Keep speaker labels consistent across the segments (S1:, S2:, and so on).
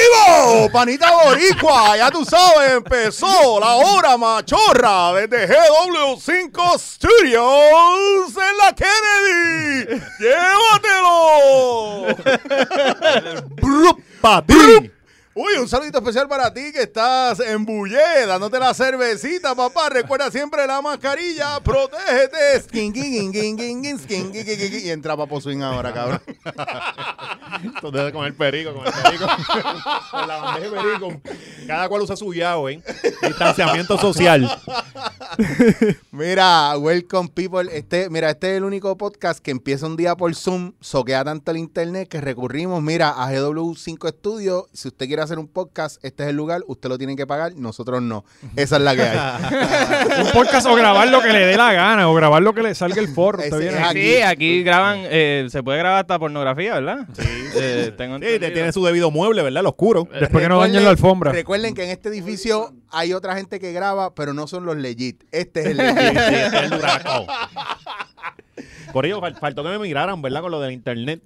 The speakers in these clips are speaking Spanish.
S1: Eso, panita boricua, ya tú sabes, empezó la hora machorra desde GW5 Studios en la Kennedy. ¡Llévatelo! Brup, papi. Brup. Uy, un saludito especial para ti que estás en Bullé, dándote la cervecita, papá. Recuerda siempre la mascarilla, protégete. Skin, skin, skin, skin, skin, skin, skin, skin, skin. Y entra Papo Swing ahora, cabrón.
S2: Tú debes comer perico, con el perico. con la bandeja de perico. Cada cual usa su yao, ¿eh? Distanciamiento social.
S1: Mira, welcome people. Este, mira, este es el único podcast que empieza un día por Zoom, soquea tanto el internet que recurrimos, mira, a GW5 Studios. Si usted quiere hacer un podcast, este es el lugar, usted lo tiene que pagar, nosotros no. Esa es la que hay.
S3: Un podcast o grabar lo que le dé la gana o grabar lo que le salga el forro.
S1: Ese
S3: Está bien.
S1: es aquí.
S4: Sí, aquí graban, eh, se puede grabar hasta pornografía, ¿verdad? Sí. tengo
S2: Sí, te-
S4: entendido.
S2: tiene su debido mueble, ¿verdad? El oscuro.
S3: Después que no dañen la alfombra.
S1: Recuerden que en este edificio hay otra gente que graba, pero no son los legit. Este es el legit.
S2: Sí, este es el huracán. Por ello, fal- faltó que me miraran, ¿verdad? Con lo del internet.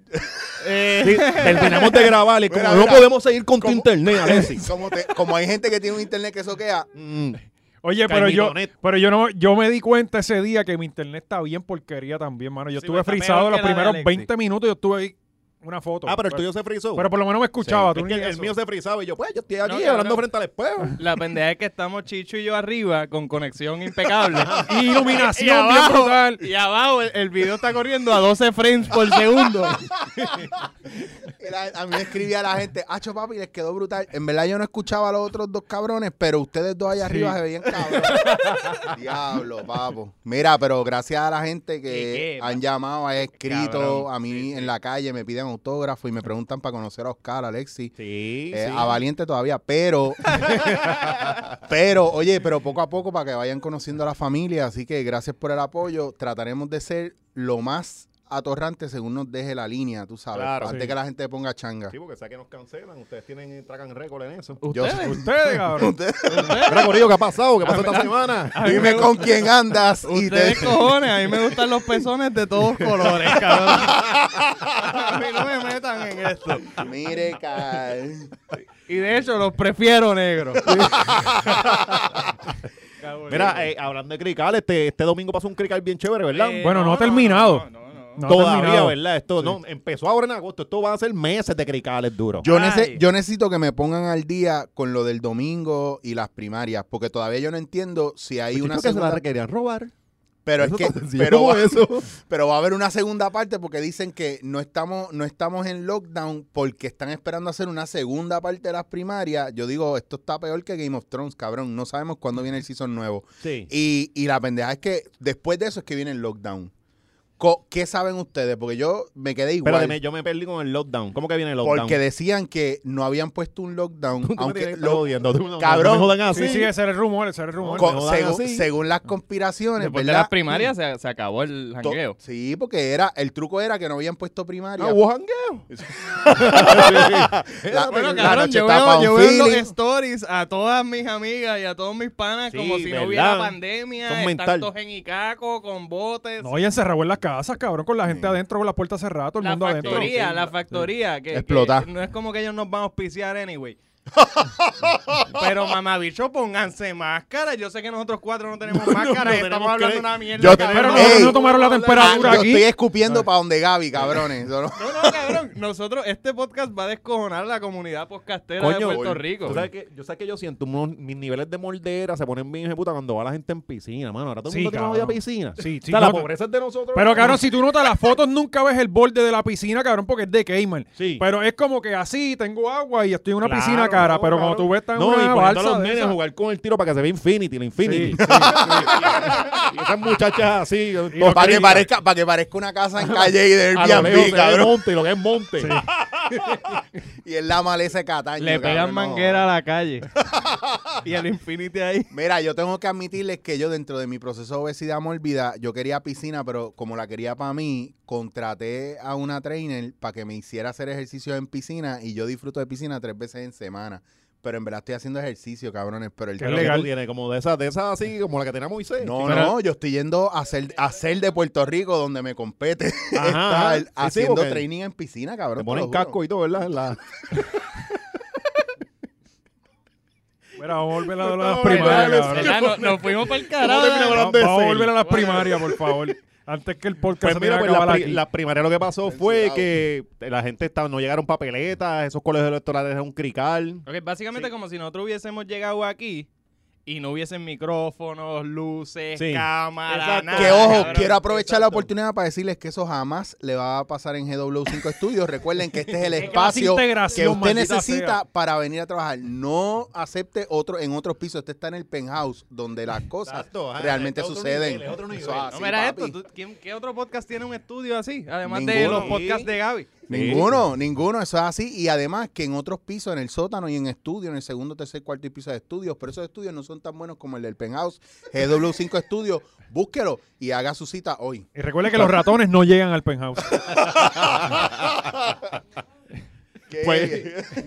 S2: Sí, terminamos de grabar y como
S1: Mira,
S2: no
S1: mira.
S2: podemos seguir con tu internet, Alexis.
S1: como, te- como hay gente que tiene un internet que soquea,
S2: Mm.
S3: Oye, pero yo,
S2: Caimitonet.
S3: pero yo no, yo me di cuenta ese día que mi internet está bien porquería también, mano. Yo
S4: Sí, pues,
S3: estuve
S4: está peor
S3: frisado
S4: que
S3: los
S4: la de
S3: primeros
S4: Alexis.
S3: 20 minutos, yo estuve ahí una foto.
S2: Ah, pero el tuyo se frizó.
S3: Pero por lo menos me
S2: Sí.
S3: escuchaba. tú
S2: Es
S3: ni
S2: que el, el
S3: eso.
S2: mío se frizaba y yo, pues, yo estoy aquí
S4: No, cabrón.
S2: hablando frente al espejo.
S4: La pendeja es que estamos Chicho y yo arriba con conexión impecable.
S3: Y
S4: y,
S3: Iluminación bien
S4: abajo,
S3: brutal.
S4: y abajo el, el video está corriendo a 12 frames por segundo.
S1: Era- a mí me escribía la gente, Hacho papi, les quedó brutal. En verdad yo no escuchaba a los otros dos cabrones, pero ustedes dos allá arriba se veían cabrones. Diablo, papo. Mira, pero gracias a la gente que
S4: ¿Qué, qué,
S1: han llamado, ha escrito
S4: Cabrón,
S1: a mí en la calle, me piden autógrafo y me preguntan para conocer a Oscar, a Alexi.
S2: Sí,
S1: Eh, A Valiente todavía, pero. pero, oye, pero poco a poco para que vayan conociendo a la familia. Así que gracias por el apoyo. Trataremos de ser lo más atorrante según nos deje la línea, tú sabes.
S2: Claro,
S1: antes
S3: sí.
S1: que la gente ponga changa.
S2: Sí, porque sea que nos cancelan, ustedes tienen tracan récord en eso.
S1: Yo-
S3: Ustedes, cabrón.
S2: Mira, Corillo, ¿qué ha pasado? ¿Qué pasó esta semana?
S1: dime con quién andas y te.
S4: Ustedes cojones, a mí me gustan los pezones de todos colores, cabrón. A mí no me metan en esto.
S1: Mire, cal.
S4: Y de hecho los prefiero negros.
S2: Mira, eh, hablando de crical, este, este domingo pasó un crical bien chévere, ¿verdad?
S4: Eh,
S3: Bueno, no ha terminado.
S4: no, no.
S3: No ha
S2: Todavía,
S3: terminado.
S2: ¿verdad? Esto no empezó ahora en agosto. Esto va a ser meses de cricales duro. Pues
S1: Yo, nece-
S4: Ay.
S1: yo necesito que me pongan al día con lo del domingo y las primarias, porque todavía yo no entiendo si hay
S2: Muchachos
S1: una
S2: que se
S1: segunda-
S2: la querían robar.
S1: Pero es
S2: Eso
S1: que,
S2: tan sencillo
S1: pero,
S2: como
S1: va-
S2: eso.
S1: pero va a haber una segunda parte porque dicen que no estamos, no estamos en lockdown porque están esperando hacer una segunda parte de las primarias. Yo digo, esto está peor que Game of Thrones, cabrón. No sabemos cuándo viene el season nuevo.
S2: Sí.
S1: Y, y la pendeja es que después de eso es que viene el lockdown. Co- ¿Qué saben ustedes? Porque yo me quedé igual.
S2: Espérate, me- yo me perdí con el lockdown. ¿Cómo que viene el lockdown?
S1: porque decían que no habían puesto un lockdown,
S2: Tú me
S1: aunque
S2: tienes que
S1: lo-
S2: estar jodiendo, tú, no,
S1: Cabrón.
S2: no me jodan así.
S3: Sí, sí, ese era el rumor, ese era el rumor.
S1: co-
S2: me jodan
S1: según,
S2: así.
S1: según las conspiraciones,
S4: Después de
S1: ¿verdad?
S4: las primarias se, se acabó el
S1: To-
S4: jangueo.
S1: Sí, porque era el truco era que no habían puesto primaria.
S2: Ah, hubo jangueo.
S1: La-
S2: Ah,
S4: Bueno,
S1: la
S4: cabrón,
S1: noche
S4: yo
S1: está pa'
S4: veo,
S1: un
S4: yo veo en los
S1: feeling.
S4: stories a todas mis amigas y a todos mis panas
S2: Sí,
S4: como si
S2: ¿verdad?
S4: no hubiera pandemia,
S2: Son
S4: están
S2: mental.
S4: todos en Icaco, con botes,
S3: No, y encerrado en las casas, cabrón, con la gente adentro, con las puertas cerradas, todo el
S4: la
S3: mundo adentro.
S4: factoría, la factoría, que, que
S1: Explota.
S4: no es como que ellos nos van a auspiciar anyway. Pero mamabicho, pónganse máscara. Yo sé que nosotros cuatro no tenemos máscara,
S2: no
S4: estamos
S2: tenemos
S4: hablando
S2: que-
S4: una mierda.
S1: Yo-
S4: cabrón.
S3: Pero
S1: Ey.
S3: nosotros no tomaron la
S1: Ah,
S3: temperatura
S1: yo
S3: aquí.
S1: estoy escupiendo para donde Gaby, cabrones. Eso no-
S4: No, no, cabrón. Nosotros, este podcast va a descojonar a la comunidad podcastera de Puerto
S2: voy.
S4: Rico.
S2: Tú sabes que, yo sé que yo siento unos- mis niveles de moldera se ponen bien puta cuando va la gente en piscina, mano. Ahora todo el
S3: Sí,
S2: mundo tiene una
S3: cabrón.
S2: jodida piscina.
S3: Sí,
S2: O
S3: sí,
S2: sea, la
S3: no,
S2: pobreza es de nosotros.
S3: Pero cabrón, si tú notas las fotos, nunca ves el borde de la piscina, cabrón, porque es de Kmart.
S2: Sí.
S3: Pero es como que así, tengo agua y estoy en una
S2: Claro,
S3: piscina cara,
S2: no,
S3: pero
S2: cabrón.
S3: cuando tú ves, están en
S2: No, y
S3: una
S2: poniendo a los
S3: balsa de
S2: nenes a
S3: esas.
S2: jugar con el tiro para que se ve Infinity, la Infinity.
S3: Sí,
S2: y esas muchachas así.
S3: los
S1: para, que
S3: críos.
S1: parezca, para que parezca una casa en calle y de
S2: a lo lejos
S4: ¿eh?
S2: se
S1: Airbnb,
S2: ve
S1: cabrón.
S2: monte, lo que es monte.
S1: Y es la maleza de Cataño.
S4: Le pegan
S1: cabrón, no.
S4: manguera a la calle. y el Infinity ahí.
S1: Mira, yo tengo que admitirles que yo dentro de mi proceso de obesidad mórbida, yo quería piscina, pero como la quería para mí, contraté a una trainer para que me hiciera hacer ejercicio en piscina y yo disfruto de piscina tres veces en semana. Pero en verdad estoy haciendo ejercicio, cabrones. Pero el
S3: Qué
S2: Pero
S1: truco-
S2: que tú
S3: legal.
S2: tienes, como de esas, de esas así, como la que tenía Moisés.
S1: No,
S2: Pero-
S1: no, yo estoy yendo a hacer, a hacer de Puerto Rico donde me compete
S2: Ajá,
S1: estar
S2: sí, sí,
S1: haciendo
S2: porque
S1: training en piscina,
S2: Te
S1: cabrón. te
S2: ponen
S1: lo juro.
S2: casco y todo, ¿verdad? En la-
S3: Mira, vamos a volver a lo de las
S2: Estamos
S3: primarias.
S2: bailando,
S3: cabrón.
S2: sí.
S4: ¿Verdad? Nos, nos fuimos para el
S2: ¿Cómo terminamos
S4: carajo.
S2: hablando de
S3: Vamos a
S2: Cell?
S3: volver a las primarias, por favor. Antes que el podcast
S2: Pues
S3: se
S2: mira,
S3: tenga que
S2: pues la,
S3: acabar
S2: pri-
S3: aquí.
S2: la primaria lo que pasó fue
S1: Censurado.
S2: que la gente estaba, no llegaron papeletas, esos colegios electorales eran un crical.
S4: Ok, básicamente como si nosotros hubiésemos llegado aquí y no hubiesen micrófonos, luces,
S2: Sí.
S4: cámaras,
S2: Exacto.
S4: nada.
S1: Que ojo,
S4: Ah, cabrón.
S1: quiero aprovechar la
S2: exacto.
S1: oportunidad para decirles que eso jamás le va a pasar en GW5 Studios. Recuerden que este es el
S3: Qué clase de
S1: espacio que
S3: integración,
S1: usted
S3: maldita
S1: necesita
S3: sea.
S1: para venir a trabajar. No acepte otro en otros pisos. Usted está en el penthouse donde las cosas
S2: Exacto, ajá,
S1: realmente
S2: es otro
S1: suceden.
S2: nivel, es otro nivel.
S1: Eso es
S2: No,
S4: No,
S1: así,
S4: mira
S1: papi.
S4: esto. ¿tú- quién- ¿Qué otro podcast tiene un estudio así? Además de
S1: Ninguno.
S4: los podcasts de Gaby.
S1: Ninguno, ninguno, eso es así. Y además que en otros pisos, en el sótano y en estudio, en el segundo, tercer, cuarto y piso de estudios, pero esos estudios no son tan buenos como el del penthouse. GW5 Estudios, búsquelo y haga su cita hoy.
S3: Y recuerde que los ratones no llegan al penthouse.
S2: Pues,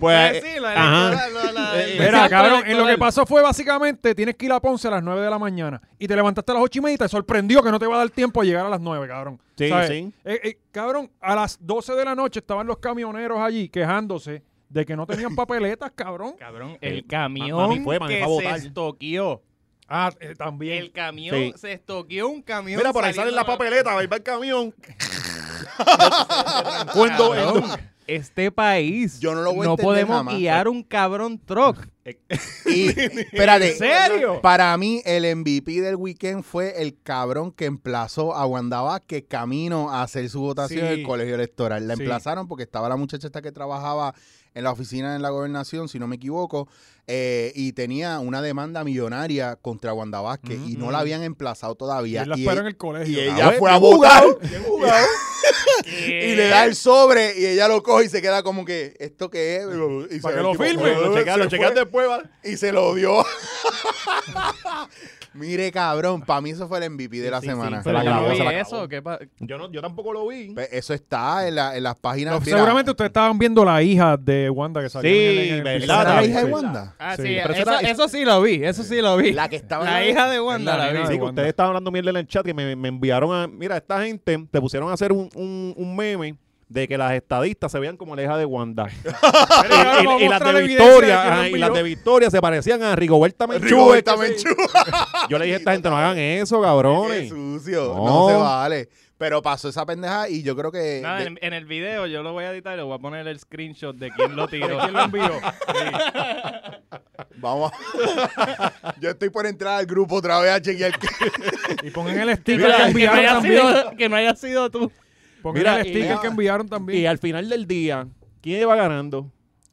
S2: pues,
S4: Pues sí, la
S2: ajá.
S4: electora- la- la- el
S3: Mira,
S4: centro
S3: cabrón, y lo que
S4: electoral.
S3: pasó fue básicamente tienes que ir a Ponce a las 9 de la mañana y te levantaste a las 8 y media y te sorprendió que no te va a dar tiempo a llegar a las 9, cabrón.
S2: Sí, sí.
S3: Eh, eh, cabrón, a las 12 de la noche estaban los camioneros allí quejándose de que no tenían papeletas, cabrón.
S4: Cabrón,
S2: Eh,
S4: el camión
S2: mami fue, mami fue
S4: que
S2: a votar.
S4: se estoqueó.
S3: Ah, eh, también.
S4: El camión
S2: Sí.
S4: se estoqueó un camión.
S2: Mira, por ahí sale
S4: saliendo
S2: la
S4: a-
S2: papeleta, ahí va el camión.
S1: Ah,
S2: Cuando
S4: Cabrón, este país.
S1: Yo no lo voy a
S4: No
S1: entender
S4: podemos
S1: jamás.
S4: guiar un cabrón truck.
S1: Y, espérate.
S4: ¿En serio?
S1: Para mí, el MVP del weekend fue el cabrón que emplazó a Wanda Vázquez camino a hacer su votación
S3: Sí.
S1: en el colegio electoral. La
S3: Sí.
S1: emplazaron porque estaba la muchacha esta que trabajaba en la oficina en la gobernación, si no me equivoco, eh, y tenía una demanda millonaria contra Wanda Vázquez y no la habían emplazado
S3: Y
S1: todavía.
S3: él la
S1: Y él-
S3: esperó en el
S1: y
S3: colegio.
S1: ella
S3: cabrón.
S1: fue a buscar
S3: Eh.
S1: y le da el sobre y ella lo coge y se queda como que, ¿esto qué es? Y se
S3: Para
S1: ve
S3: que
S1: el
S3: lo
S1: tipo,
S3: firme.
S1: "Eh,
S2: Lo checan, lo
S1: se
S2: checan
S1: fue"
S2: después, ¿vale?
S1: y se lo dio. Mire, cabrón, para mí eso fue el MVP de la
S2: Sí, sí,
S1: semana.
S2: se la
S4: Pero yo
S2: acabó,
S4: no
S2: se la
S4: vi
S2: acabó.
S4: eso. ¿qué pa-
S2: Yo, no, yo tampoco lo vi.
S1: Pe- Eso está en, la- en las páginas. mira,
S3: Seguramente ustedes estaban viendo la hija de Wanda que salió
S2: Sí,
S3: en el- en
S2: ¿verdad?
S3: el
S1: ¿esa
S3: episodio.
S1: era la hija de
S3: Sí.
S1: Wanda?
S4: Ah,
S3: Sí,
S4: sí,
S2: pero
S4: eso,
S2: será-
S4: eso sí lo vi, eso sí lo vi. La,
S1: que estaba.
S4: hija de Wanda
S3: la
S4: la,
S3: nena
S4: vi.
S2: Sí,
S3: de
S2: que
S3: Wanda.
S2: ustedes estaban hablando mierda en el chat que me, me enviaron a... Mira, esta gente te pusieron a hacer un, un, un meme de que las estadistas se vean como la hija de Wanda.
S3: Pero ahora vamos
S2: y, y-
S3: a
S2: y las
S3: mostrar
S2: de
S3: evidencia de
S2: Victoria,
S3: que no
S2: ajá, y
S3: envió.
S2: las de Victoria se parecían a Rigoberta Menchú.
S1: Rigoberta
S2: Este-
S1: Menchú.
S2: Yo le dije a esta gente, no hagan eso, cabrones.
S1: Qué sucio.
S2: No.
S1: No. se vale. Pero pasó esa pendeja y yo creo que.
S4: Nada,
S1: de-
S4: en, en el video yo lo voy a editar y le voy a poner el screenshot de quién lo tiró.
S3: ¿De quién lo envió?
S1: Vamos. a- yo estoy por entrar al grupo otra vez a chequear. que-
S3: Y pongan el sticker
S4: Mira,
S3: que
S4: que, no
S3: enviaron
S4: haya
S3: también.
S4: sido, que no haya sido tú.
S3: Pongan
S2: Mira,
S3: el
S2: y-
S3: sticker que enviaron también.
S2: Y al final del día, ¿quién iba ganando?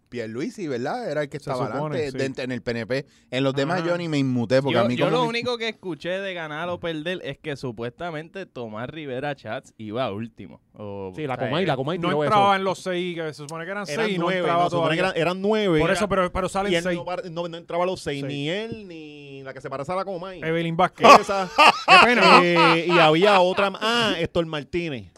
S1: Pierluisi, ¿verdad? Era el que estaba
S3: supone,
S1: adelante
S3: sí.
S1: de- en el PNP. En los demás
S4: Ajá.
S1: yo ni me inmuté porque
S4: Yo,
S1: a mí
S4: yo
S1: como
S4: lo
S1: me-
S4: único que escuché de ganar o perder es que supuestamente Tomás Rivera Chats iba último. O,
S2: Sí, la
S4: o sea,
S2: coma y la coma y
S3: no
S2: tiró
S3: entraba
S2: eso.
S3: en los seis, que se supone que eran,
S2: Eran
S3: seis, no
S2: nueve,
S3: entraba
S2: no, se supone que
S3: todavía.
S2: eran, eran nueve.
S3: Por eso, pero, pero
S2: y
S3: salen
S2: él
S3: seis.
S2: no, par- no- no entraba a los seis,
S3: Seis.
S2: ni él ni la que se parece a la coma. y-
S3: Evelyn Vázquez.
S2: Esa.
S3: qué pena. ¿no?
S2: Eh, y había otra. ma- Ah, Héctor Martínez.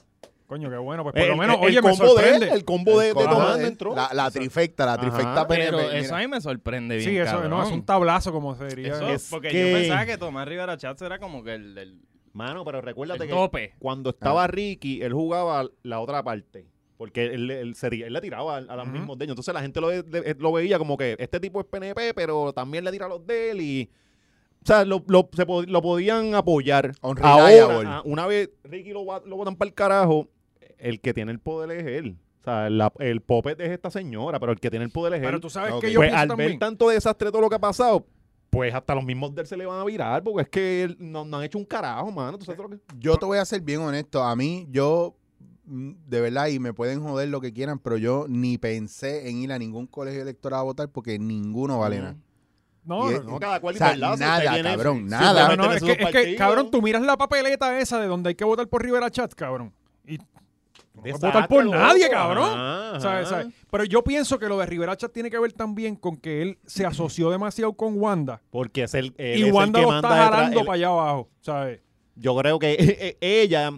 S3: Coño, qué bueno. Pues por lo
S2: El-
S3: menos,
S2: el,
S3: oye,
S2: el
S3: me
S2: combo de él,
S3: sorprende.
S2: el combo de, de
S1: Ajá.
S2: Tomás no entró.
S1: La, la trifecta, la
S2: Ajá.
S1: trifecta PNP.
S4: Pero
S1: mira.
S4: eso a mí me sorprende bien.
S3: sí, eso
S4: cabrón.
S3: no, es un tablazo, como se diría. Eh,
S4: Eso,
S2: Es
S4: porque
S2: que-
S4: yo pensaba que Tomás Rivera Chats era como que el, el-
S2: Mano, pero recuérdate
S4: el
S2: que
S4: tope.
S2: cuando estaba Ricky, él jugaba la otra parte. Porque él, él se ti- él le tiraba a, a los
S3: Ujú.
S2: mismos de ellos. Entonces la gente lo, ve- de- lo veía como que este tipo es PNP, pero también le tira a los de él y. O sea, lo, lo- se pod- lo podían apoyar.
S1: Un reliable.
S2: Ahora, ah, una vez Ricky lo, va- lo botan para el carajo, el que tiene el poder es él. O sea, la- el popet es esta señora, pero el que tiene el poder es él.
S3: Pero tú sabes
S1: Ah, Ok.
S3: que yo
S2: pues
S3: pienso
S2: al
S3: también.
S2: ver tanto desastre todo lo que ha pasado, pues hasta los mismos del se le van a virar, porque es que él- no, no han hecho un carajo, mano. ¿Tú sabes lo que-
S1: Yo te voy a ser bien honesto. A mí, yo, mm, de verdad, y me pueden joder lo que quieran, pero yo ni pensé en ir a ningún colegio electoral a votar porque ninguno vale nada.
S3: No,
S1: y
S3: no,
S1: es-
S3: no.
S2: No, cada cual
S1: Eh, O sea,
S2: y verdad, si
S1: nada,
S2: usted tiene-
S1: cabrón,
S2: si
S1: nada.
S2: usted
S3: No,
S1: obviamente
S3: no,
S2: tiene
S3: es
S2: sus
S3: que, es que,
S2: partidos,
S3: cabrón, tú miras la papeleta esa de donde hay que votar por Rivera Chat, cabrón. Y no puedes
S2: desastre,
S3: votar por
S2: loco.
S3: nadie, cabrón.
S2: Ajá,
S3: ¿Sabes,
S2: ajá.
S3: sabes? Pero yo pienso que lo de Rivera Chat tiene que ver también con que él se asoció demasiado con Wanda.
S2: Porque es el, él
S3: y
S2: es el
S3: Wanda
S2: que
S3: lo
S2: manda
S3: está
S2: detrás,
S3: jalando
S2: él-
S3: para allá abajo, ¿sabes?
S2: Yo creo que eh, eh, ella,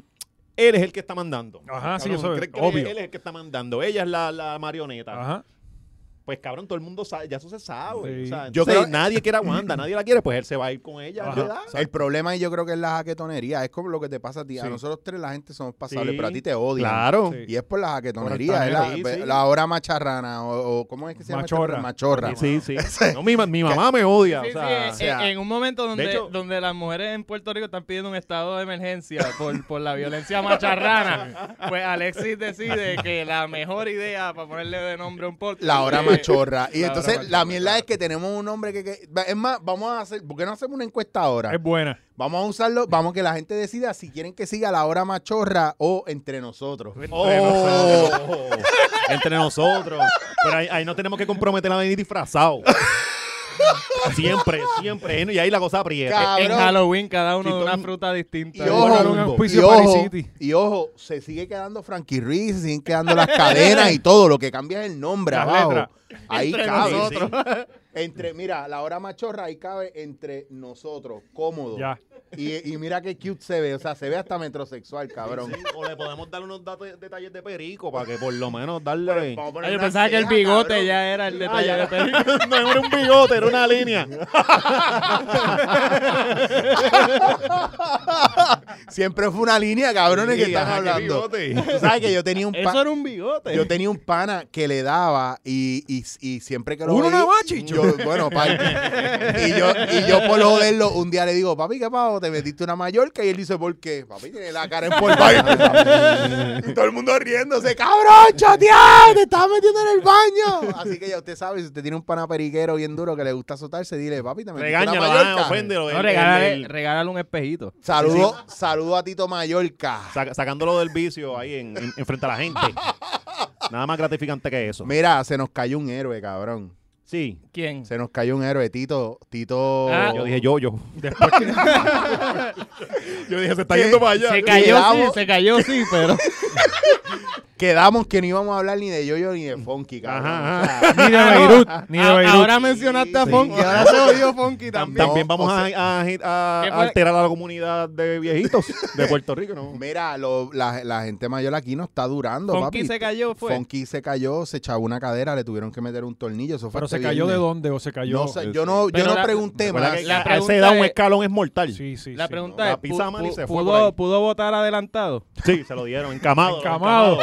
S2: él es el que está mandando.
S3: Ajá, sí,
S2: Cabrón,
S3: eso es
S2: ¿cree que
S3: obvio.
S2: Él es el que está mandando. Ella es la, la marioneta.
S3: Ajá.
S2: Pues cabrón, todo el mundo sabe, ya eso se sabe.
S3: Sí.
S2: O sea,
S1: Yo
S2: entonces,
S1: creo-
S2: nadie quiere a Wanda, nadie la quiere, pues él se va a ir con ella.
S3: Ajá.
S2: le da.
S1: El problema ahí yo creo que es la jaquetonería. Es como lo que te pasa a ti. A
S2: Sí.
S1: nosotros tres la gente somos pasables,
S2: Sí.
S1: pero a ti te odian.
S2: Claro.
S3: Sí.
S1: Y es por la
S2: Por
S1: jaquetonería.
S2: el
S1: Es la,
S2: tanero, sí, sí.
S1: la hora macharrana o, o ¿cómo es que se llama? esta
S3: Machorra.
S1: hora? Machorra.
S2: Sí, sí. No, mi, ma- mi mamá me odia.
S4: Sí,
S2: o sea,
S4: sí,
S1: o sea,
S4: en, en un momento donde,
S2: hecho-
S4: donde las mujeres en Puerto Rico están pidiendo un estado de emergencia por, por la violencia macharrana, pues Alexis decide que la mejor idea para ponerle de nombre a un podcast
S1: La hora
S4: es-
S1: machorra. Y
S4: La hora
S1: entonces la
S4: machorra,
S1: mierda
S4: claro.
S1: es que tenemos un hombre que, que- Es más, vamos a hacer... ¿Por qué no hacemos una encuesta ahora?
S3: Es buena.
S1: Vamos a usarlo. Vamos a que la gente decida si quieren que siga la hora machorra o entre nosotros.
S2: Eh, Oh, entre nosotros. Pero ahí, ahí no tenemos que comprometer a venir disfrazado. siempre, siempre. Y ahí la cosa aprieta.
S4: En
S1: Cabrón.
S4: Halloween cada uno
S2: Si
S4: de
S2: todo-
S4: una fruta distinta.
S1: Y
S3: Guardar un
S1: ojo, y,
S3: auspicio Party
S1: ojo,
S3: City.
S1: y ojo, se sigue quedando Frankie Ruiz, siguen quedando las cadenas y todo, lo que cambia es el nombre
S3: Las
S1: abajo.
S3: letras.
S1: Ahí
S4: Entre
S1: cabe.
S4: nosotros.
S1: sí. Entre, mira, la hora machorra ahí cabe entre nosotros, cómodo.
S3: Ya.
S1: Y, y mira qué cute se ve, o sea, se ve hasta metrosexual, cabrón.
S2: Sí, O le podemos dar unos datos- detalles de perico para que por lo menos darle.
S1: Vamos a poner
S4: Ay, yo
S1: una
S4: pensaba que el
S1: ceja,
S4: bigote
S1: cabrón.
S4: ya era el
S2: Ah,
S4: detalle
S2: ya.
S4: de película.
S2: no era un bigote, era una línea.
S1: Siempre fue una línea, cabrones, que
S2: Sí,
S1: están
S2: ajá, qué
S1: hablando.
S2: bigote.
S1: Tú sabes que yo tenía un pa-
S4: Eso era un bigote.
S1: Yo tenía un pana que le daba y, y, y siempre que lo
S3: Uno
S1: veía-
S3: nada más, chicho.
S1: yo- Bueno, papi. Y yo, y yo por joderlo, un día le digo, papi, ¿qué pavo? Te metiste una Mallorca. Y él dice, ¿por qué? Papi, tiene la cara empolvada. y todo el mundo riéndose, cabrón, chateado, te estás metiendo en el baño. Así que ya usted sabe, si usted tiene un pana periquero bien duro que le gusta azotarse, dile, papi, te metiste
S2: Regáñalo,
S1: una
S2: ah,
S1: Mallorca.
S2: oféndelo.
S4: No,
S2: el-
S4: regálale,
S2: el- el-
S4: regálale un espejito.
S1: Saludo, saludo a Tito Mallorca.
S2: saca- sacándolo del vicio ahí en, en- en frente a la gente. Nada más gratificante que eso.
S1: Mira, se nos cayó un héroe, cabrón.
S2: Sí.
S4: ¿Quién?
S1: Se nos cayó un héroe, Tito. Tito.
S4: Ah,
S2: Yo dije yo, yo. yo dije, se está
S1: ¿Qué?
S2: yendo para allá.
S4: Se cayó, sí,
S1: Quedamos-
S4: se cayó, sí, pero.
S1: Quedamos que no íbamos a hablar ni de Yoyo ni de Funky, cabrón.
S2: Ajá,
S1: O sea,
S3: Ni de Beirut. Ni de
S2: Ah,
S4: A-
S3: Beirut.
S4: Ah, Ahora mencionaste a
S1: Sí.
S4: Funky, ahora se odió Funky
S2: Tam-
S4: también.
S2: También
S1: No, o
S2: vamos a- a, a-
S4: ¿Qué
S2: a
S4: fue?
S2: alterar a la comunidad de viejitos de Puerto Rico, ¿no?
S1: mira, lo- la, la gente mayor aquí no está durando,
S4: Funky
S1: papi.
S4: se cayó, fue.
S1: Funky se cayó, se echó una cadera, le tuvieron que meter un tornillo. Eso fue
S3: Pero
S1: este
S3: se cayó de
S1: viernes.
S3: dónde o se cayó.
S1: No sé, yo no, yo
S4: Pero
S1: no
S4: la-
S1: pregunté
S2: Recuerda
S1: más.
S2: que
S4: la
S2: a ese da un
S4: pregunta es-
S2: escalón es mortal. Sí,
S3: Sí, sí.
S4: La
S3: sí.
S4: pregunta
S2: La
S4: es,
S2: pizza
S4: ¿pu-
S2: Manny se
S4: pu-
S2: fue por ahí.
S4: ¿pudo, ¿pudo votar adelantado?
S2: se lo dieron, encamado.
S3: Encamado.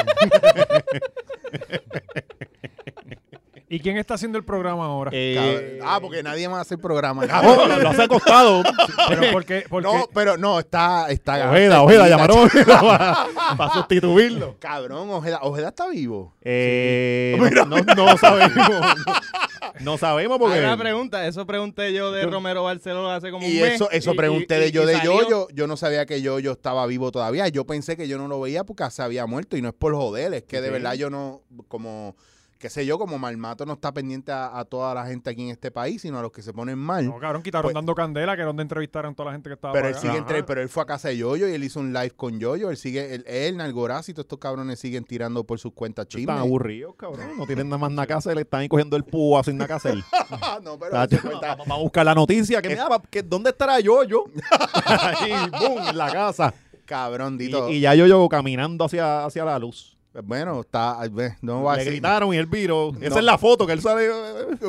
S3: ¿Y quién está haciendo el programa ahora?
S1: Cabrón.
S2: Eh,
S1: Ah, porque nadie más hace el programa. cabrón.
S2: cabrón, Oh, lo hace acostado.
S3: Pero porque, porque
S1: No, pero no, está. está
S2: Ojeda, Ojeda, llamaron a Ojeda para, sustituirlo.
S1: Cabrón, Ojeda, Ojeda está vivo.
S2: Eh, no, no- no sabemos. No, no sabemos porque.
S4: Una pregunta, eso pregunté yo de Romero Barcelona hace como un
S1: Y
S4: mes.
S1: eso, eso
S4: y-
S1: pregunté
S4: y-
S1: de
S4: y-
S1: yo
S4: y
S1: de
S4: salió.
S1: Yoyo. Yo no sabía que Yoyo estaba vivo todavía. Yo pensé que yo no lo veía porque se había muerto y no es por joder, es que de
S2: Ok.
S1: verdad yo no, como, qué sé yo, como Malmato no está pendiente a, a toda la gente aquí en este país, sino a los que se ponen mal.
S3: No, cabrón, quitaron
S1: Pues-
S3: dando candela, que era donde entrevistaron a toda la gente que estaba
S1: Pero él
S3: apagada.
S1: sigue
S2: Ajá.
S1: entre, pero él fue a casa de Yoyo y él hizo un live con Yoyo. Él sigue, él, él Nalgoraz y todos estos cabrones siguen tirando por sus cuentas
S2: Están
S1: chismes.
S2: aburridos, cabrón. No tienen nada más nada que hacer. Están ahí cogiendo el púa sin nada que hacer.
S1: Ah, no, pero
S2: Tacho,
S1: hace cuenta-
S2: Vamos a buscar la noticia. Que, mira, pa- que- ¿Dónde estará yo, yo? Ahí, boom, en la casa.
S1: cabrón,
S2: Y,
S1: Dito.
S2: y ya yo, yo caminando hacia, hacia la luz.
S1: bueno, está, ve, no va a
S2: Le
S1: decir-
S2: gritaron y él viro.
S1: No.
S2: Esa es la foto que él sale. eh,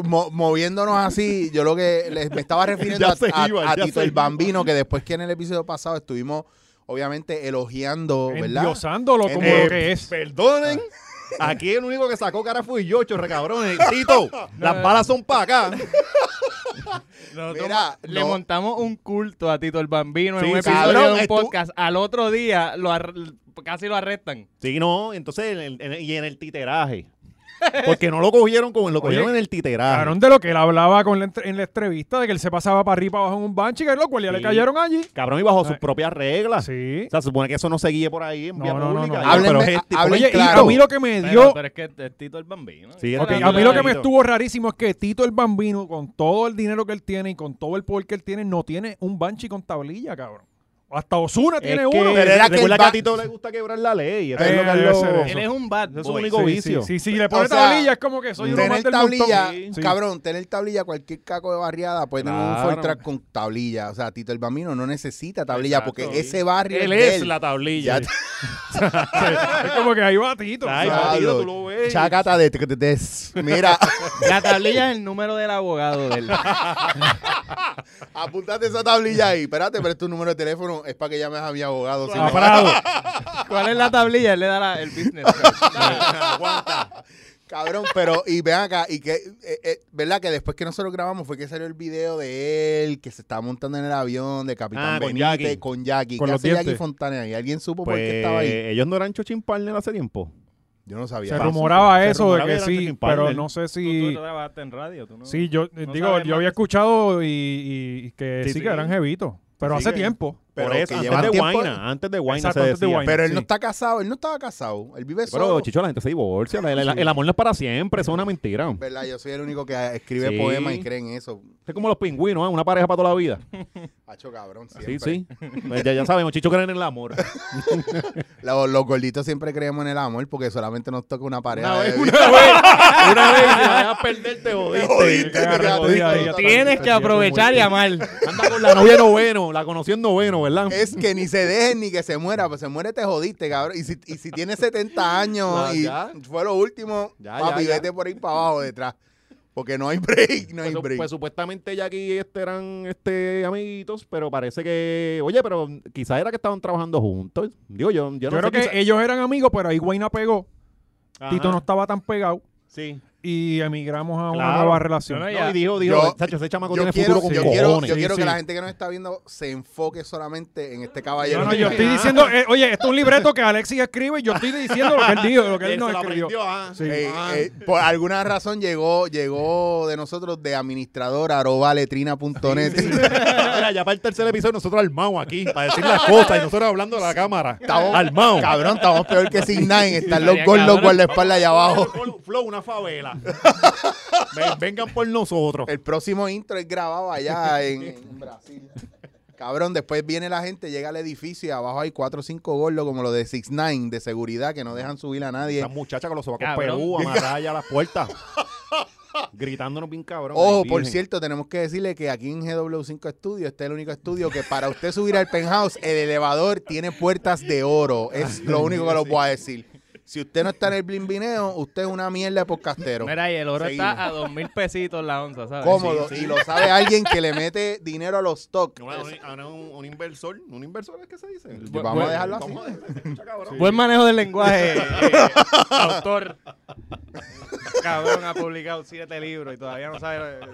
S1: Mo- moviéndonos así, yo lo que les- me estaba refiriendo
S2: Ya
S1: a,
S2: se
S1: a-
S2: iba,
S1: a
S2: ya
S1: Tito
S2: se
S1: el
S2: iba.
S1: Bambino, que después que en el episodio pasado estuvimos, obviamente, elogiando, ¿verdad?
S3: endiosándolo como
S1: Eh,
S3: lo que es.
S2: Perdonen. Aquí el único que sacó cara fui yo, chorre cabrón. Tito, las balas son para acá.
S4: Nosotros
S1: Mira,
S4: le
S1: no.
S4: montamos un culto a Tito el Bambino
S2: Sí,
S4: en un
S2: sí,
S4: episodio
S1: cabrón,
S4: de un
S1: es tú-
S4: podcast. Al otro día lo ar- casi lo arrestan.
S2: Sí, no, entonces en el- en el- y en el titeraje. Porque no lo cogieron como lo cogieron en el titeraje.
S3: Cabrón de lo que él hablaba con la entre- en la entrevista, de que él se pasaba para arriba y para abajo en un banchi, que lo cual ya le
S2: Sí.
S3: cayeron allí.
S2: Cabrón, y bajo
S3: Ay.
S2: sus propias
S1: Ah.
S2: reglas.
S3: Sí.
S2: O sea, se supone que eso no se guíe por ahí en
S3: No,
S2: vía
S3: no, no,
S2: pública.
S3: no.
S2: Yo,
S1: Háblenme-
S2: pero es el tipo-
S1: háblenme-
S3: Oye, y
S1: claro.
S3: a mí lo que me
S4: Pero,
S3: dio...
S4: pero es que es Tito el Bambino.
S2: Sí,
S3: Ok,
S2: era
S3: a
S2: Tito
S3: mí
S2: el
S3: lo que me
S2: Bambino.
S3: estuvo rarísimo es que Tito el Bambino, con todo el dinero que él tiene y con todo el poder que él tiene, no tiene un Banshee con tablilla, cabrón. Hasta Osuna tiene
S2: es que,
S3: uno.
S1: Pero era que
S2: recuerda
S1: el
S2: que
S1: ba-
S2: a Tito le gusta quebrar la ley. Eso
S3: Eh,
S2: es lo que
S3: debe
S2: lo-
S3: ser eso.
S4: Él es un bad
S2: Ese es su
S4: boy.
S2: único
S3: Sí,
S2: vicio.
S3: Sí, sí, sí, le pone
S1: sea,
S3: tablilla es como que soy uno
S1: Tener
S3: más del montón.
S1: tablilla,
S3: Sí.
S1: cabrón, tener tablilla, cualquier caco de barriada puede tener un
S2: Claro.
S1: Ford Track con tablilla. O sea, Tito el Bambino no necesita tablilla
S2: Exacto,
S1: porque
S2: sí.
S1: ese barrio
S2: Él
S1: de
S2: es
S1: él.
S2: la tablilla.
S1: Ya-
S3: Es como que ahí va Tito.
S2: Ay,
S1: Claro.
S2: Tito, tú lo ves.
S1: Chacata de tr- des. Mira,
S4: La tablilla es el número del abogado de él.
S1: apúntate esa tablilla ahí. Espérate, pero es tu número de teléfono. Es para que llames a mi abogado. si
S3: A
S1: no-
S3: Prado.
S4: ¿Cuál es la tablilla? Él le da la- el business card.
S1: Cabrón, pero y ven acá, y que, eh, eh, ¿verdad? Que después que nosotros grabamos fue que salió el video de él, que se estaba montando en el avión de Capitán
S2: Ah, con
S1: Benítez,
S2: Jackie.
S1: con Jackie.
S3: Con
S1: ¿Qué
S3: los
S1: hace Jackie
S3: dientes.
S1: Fontana y ¿Alguien supo por qué
S2: Pues
S1: estaba ahí?
S2: ellos no eran Chochin Partner hace tiempo.
S1: Yo no sabía.
S3: Se
S1: Paso.
S3: rumoraba
S2: Pues, Se
S3: eso
S2: rumoraba
S3: de que
S2: que eran
S3: sí,
S2: Chicken
S3: pero
S2: Parler.
S3: no sé
S4: Tú,
S3: si...
S4: tú trabajaste en radio, tú no.
S3: Sí, yo eh,
S4: no
S3: digo,
S4: sabes
S3: yo había
S4: más.
S3: escuchado y, y- y que sí,
S2: Sí,
S3: que
S2: sí.
S3: eran jevitos, pero
S2: Sí,
S3: hace
S2: que-
S3: tiempo.
S1: Pero
S2: Por eso,
S1: que
S2: antes
S1: llevan
S2: de
S1: tiempo-
S2: Guayna, antes de Guayna
S3: Exacto,
S2: se
S3: antes de
S2: decía.
S3: Guayna.
S1: Pero él no
S3: Sí.
S1: está casado, él no estaba casado. Él vive solo.
S2: Pero, Chicho, la gente se divorcia. la- la- la- el amor no es para siempre, eso es una mentira. Es
S1: ¿Verdad? Yo soy el único que escribe
S2: Sí.
S1: poemas y cree en eso.
S2: como los pingüinos, ¿eh? una pareja para toda la vida.
S1: Hacho cabrón, siempre.
S2: Sí, sí. Pues ya, ya sabemos, Chicho creen en el amor.
S1: Los, los gorditos siempre creemos en el amor porque solamente nos toca una pareja.
S2: Una
S1: de
S2: vez,
S1: vida.
S2: una vez, una vez, si la dejas perder, te jodiste.
S1: Jodiste, te
S3: Agarra
S1: quedaste
S3: jodida
S1: ahí
S3: ahí,
S1: totalmente.
S4: Tienes que aprovechar y amar.
S2: Anda con la novia de noveno, la conocí en noveno, ¿verdad?
S1: Es que ni se dejen ni que se muera, pues se muere te jodiste, cabrón. Y si, y si tienes 70 años
S2: No,
S1: y
S2: ya.
S1: fue lo último,
S2: Ya,
S1: papi,
S2: ya, ya.
S1: vete por ahí para abajo detrás. Porque no hay break, no hay
S2: Pues,
S1: break.
S2: pues, supuestamente Jackie y este eran este amiguitos, pero parece que, oye, pero quizás era que estaban trabajando juntos. Digo yo, yo,
S3: Yo,
S2: no
S3: creo
S2: sé
S3: que
S2: quizá-
S3: ellos eran amigos, pero ahí Guayna pegó,
S2: Ajá,
S3: Tito no estaba tan pegado
S2: Sí.
S3: y emigramos a una
S2: Claro.
S3: nueva relación.
S4: No, no,
S2: No, y dijo, dijo,
S1: Yo-
S2: Sacho, ese chamaco
S1: yo
S2: tiene
S1: quiero,
S2: futuro con
S1: yo
S2: cojones.
S1: quiero, yo
S3: Sí,
S1: quiero
S3: sí.
S1: que la gente que nos está viendo se enfoque solamente en este caballero.
S3: No, no, yo estoy
S2: Ah.
S3: diciendo, eh, oye, esto es un libreto que Alexis escribe y yo estoy diciendo lo que él dijo, lo que él
S2: Él
S3: no
S2: se lo
S3: escribió.
S2: aprendió, ah.
S3: Sí.
S1: Eh, eh, por alguna razón llegó llegó de nosotros de administrador arroba letrina.net.
S2: Mira, ya para el tercer episodio nosotros armados aquí para decir las cosas y nosotros hablando a la cámara.
S1: Estamos-
S2: Armados.
S1: Cabrón, estamos peor que sin nine. Están los
S4: Estaría
S1: gordos
S4: cabrón.
S1: con la espalda allá abajo.
S2: Flow, una favela. Ven- Vengan por nosotros.
S1: El próximo intro es grabado allá en, en Brasil. Cabrón, después viene la gente, llega al edificio y abajo hay cuatro o cinco gordos como los de 6ix9ine de seguridad que no dejan subir a nadie.
S2: Esa muchacha con los sobacos
S4: Cabrón.
S2: pelú, amarrada ya a las puertas. Gritándonos bien cabrón.
S1: Ojo,
S2: Ay,
S1: por
S2: virgen.
S1: cierto, tenemos que decirle que aquí en GW5 Studio este es el único estudio que para usted subir al penthouse, el elevador tiene puertas de oro. Es lo único que lo voy a decir. Si usted no está en el blimbineo, usted es una mierda de podcastero.
S4: Mira, y el oro está
S1: Seguimos.
S4: a dos mil pesitos la onza, ¿sabes?
S1: Cómodo.
S2: Sí, sí.
S1: Y lo sabe alguien que le mete dinero a los stocks.
S2: Una- una- una- un, un inversor, un inversor es que se dice.
S1: Vamos a dejarlo así.
S2: Vamos a dejarlo así, cabrón.
S4: Buen manejo del lenguaje, eh, autor. Cabrón, ha publicado siete libros y todavía no sabe. eh,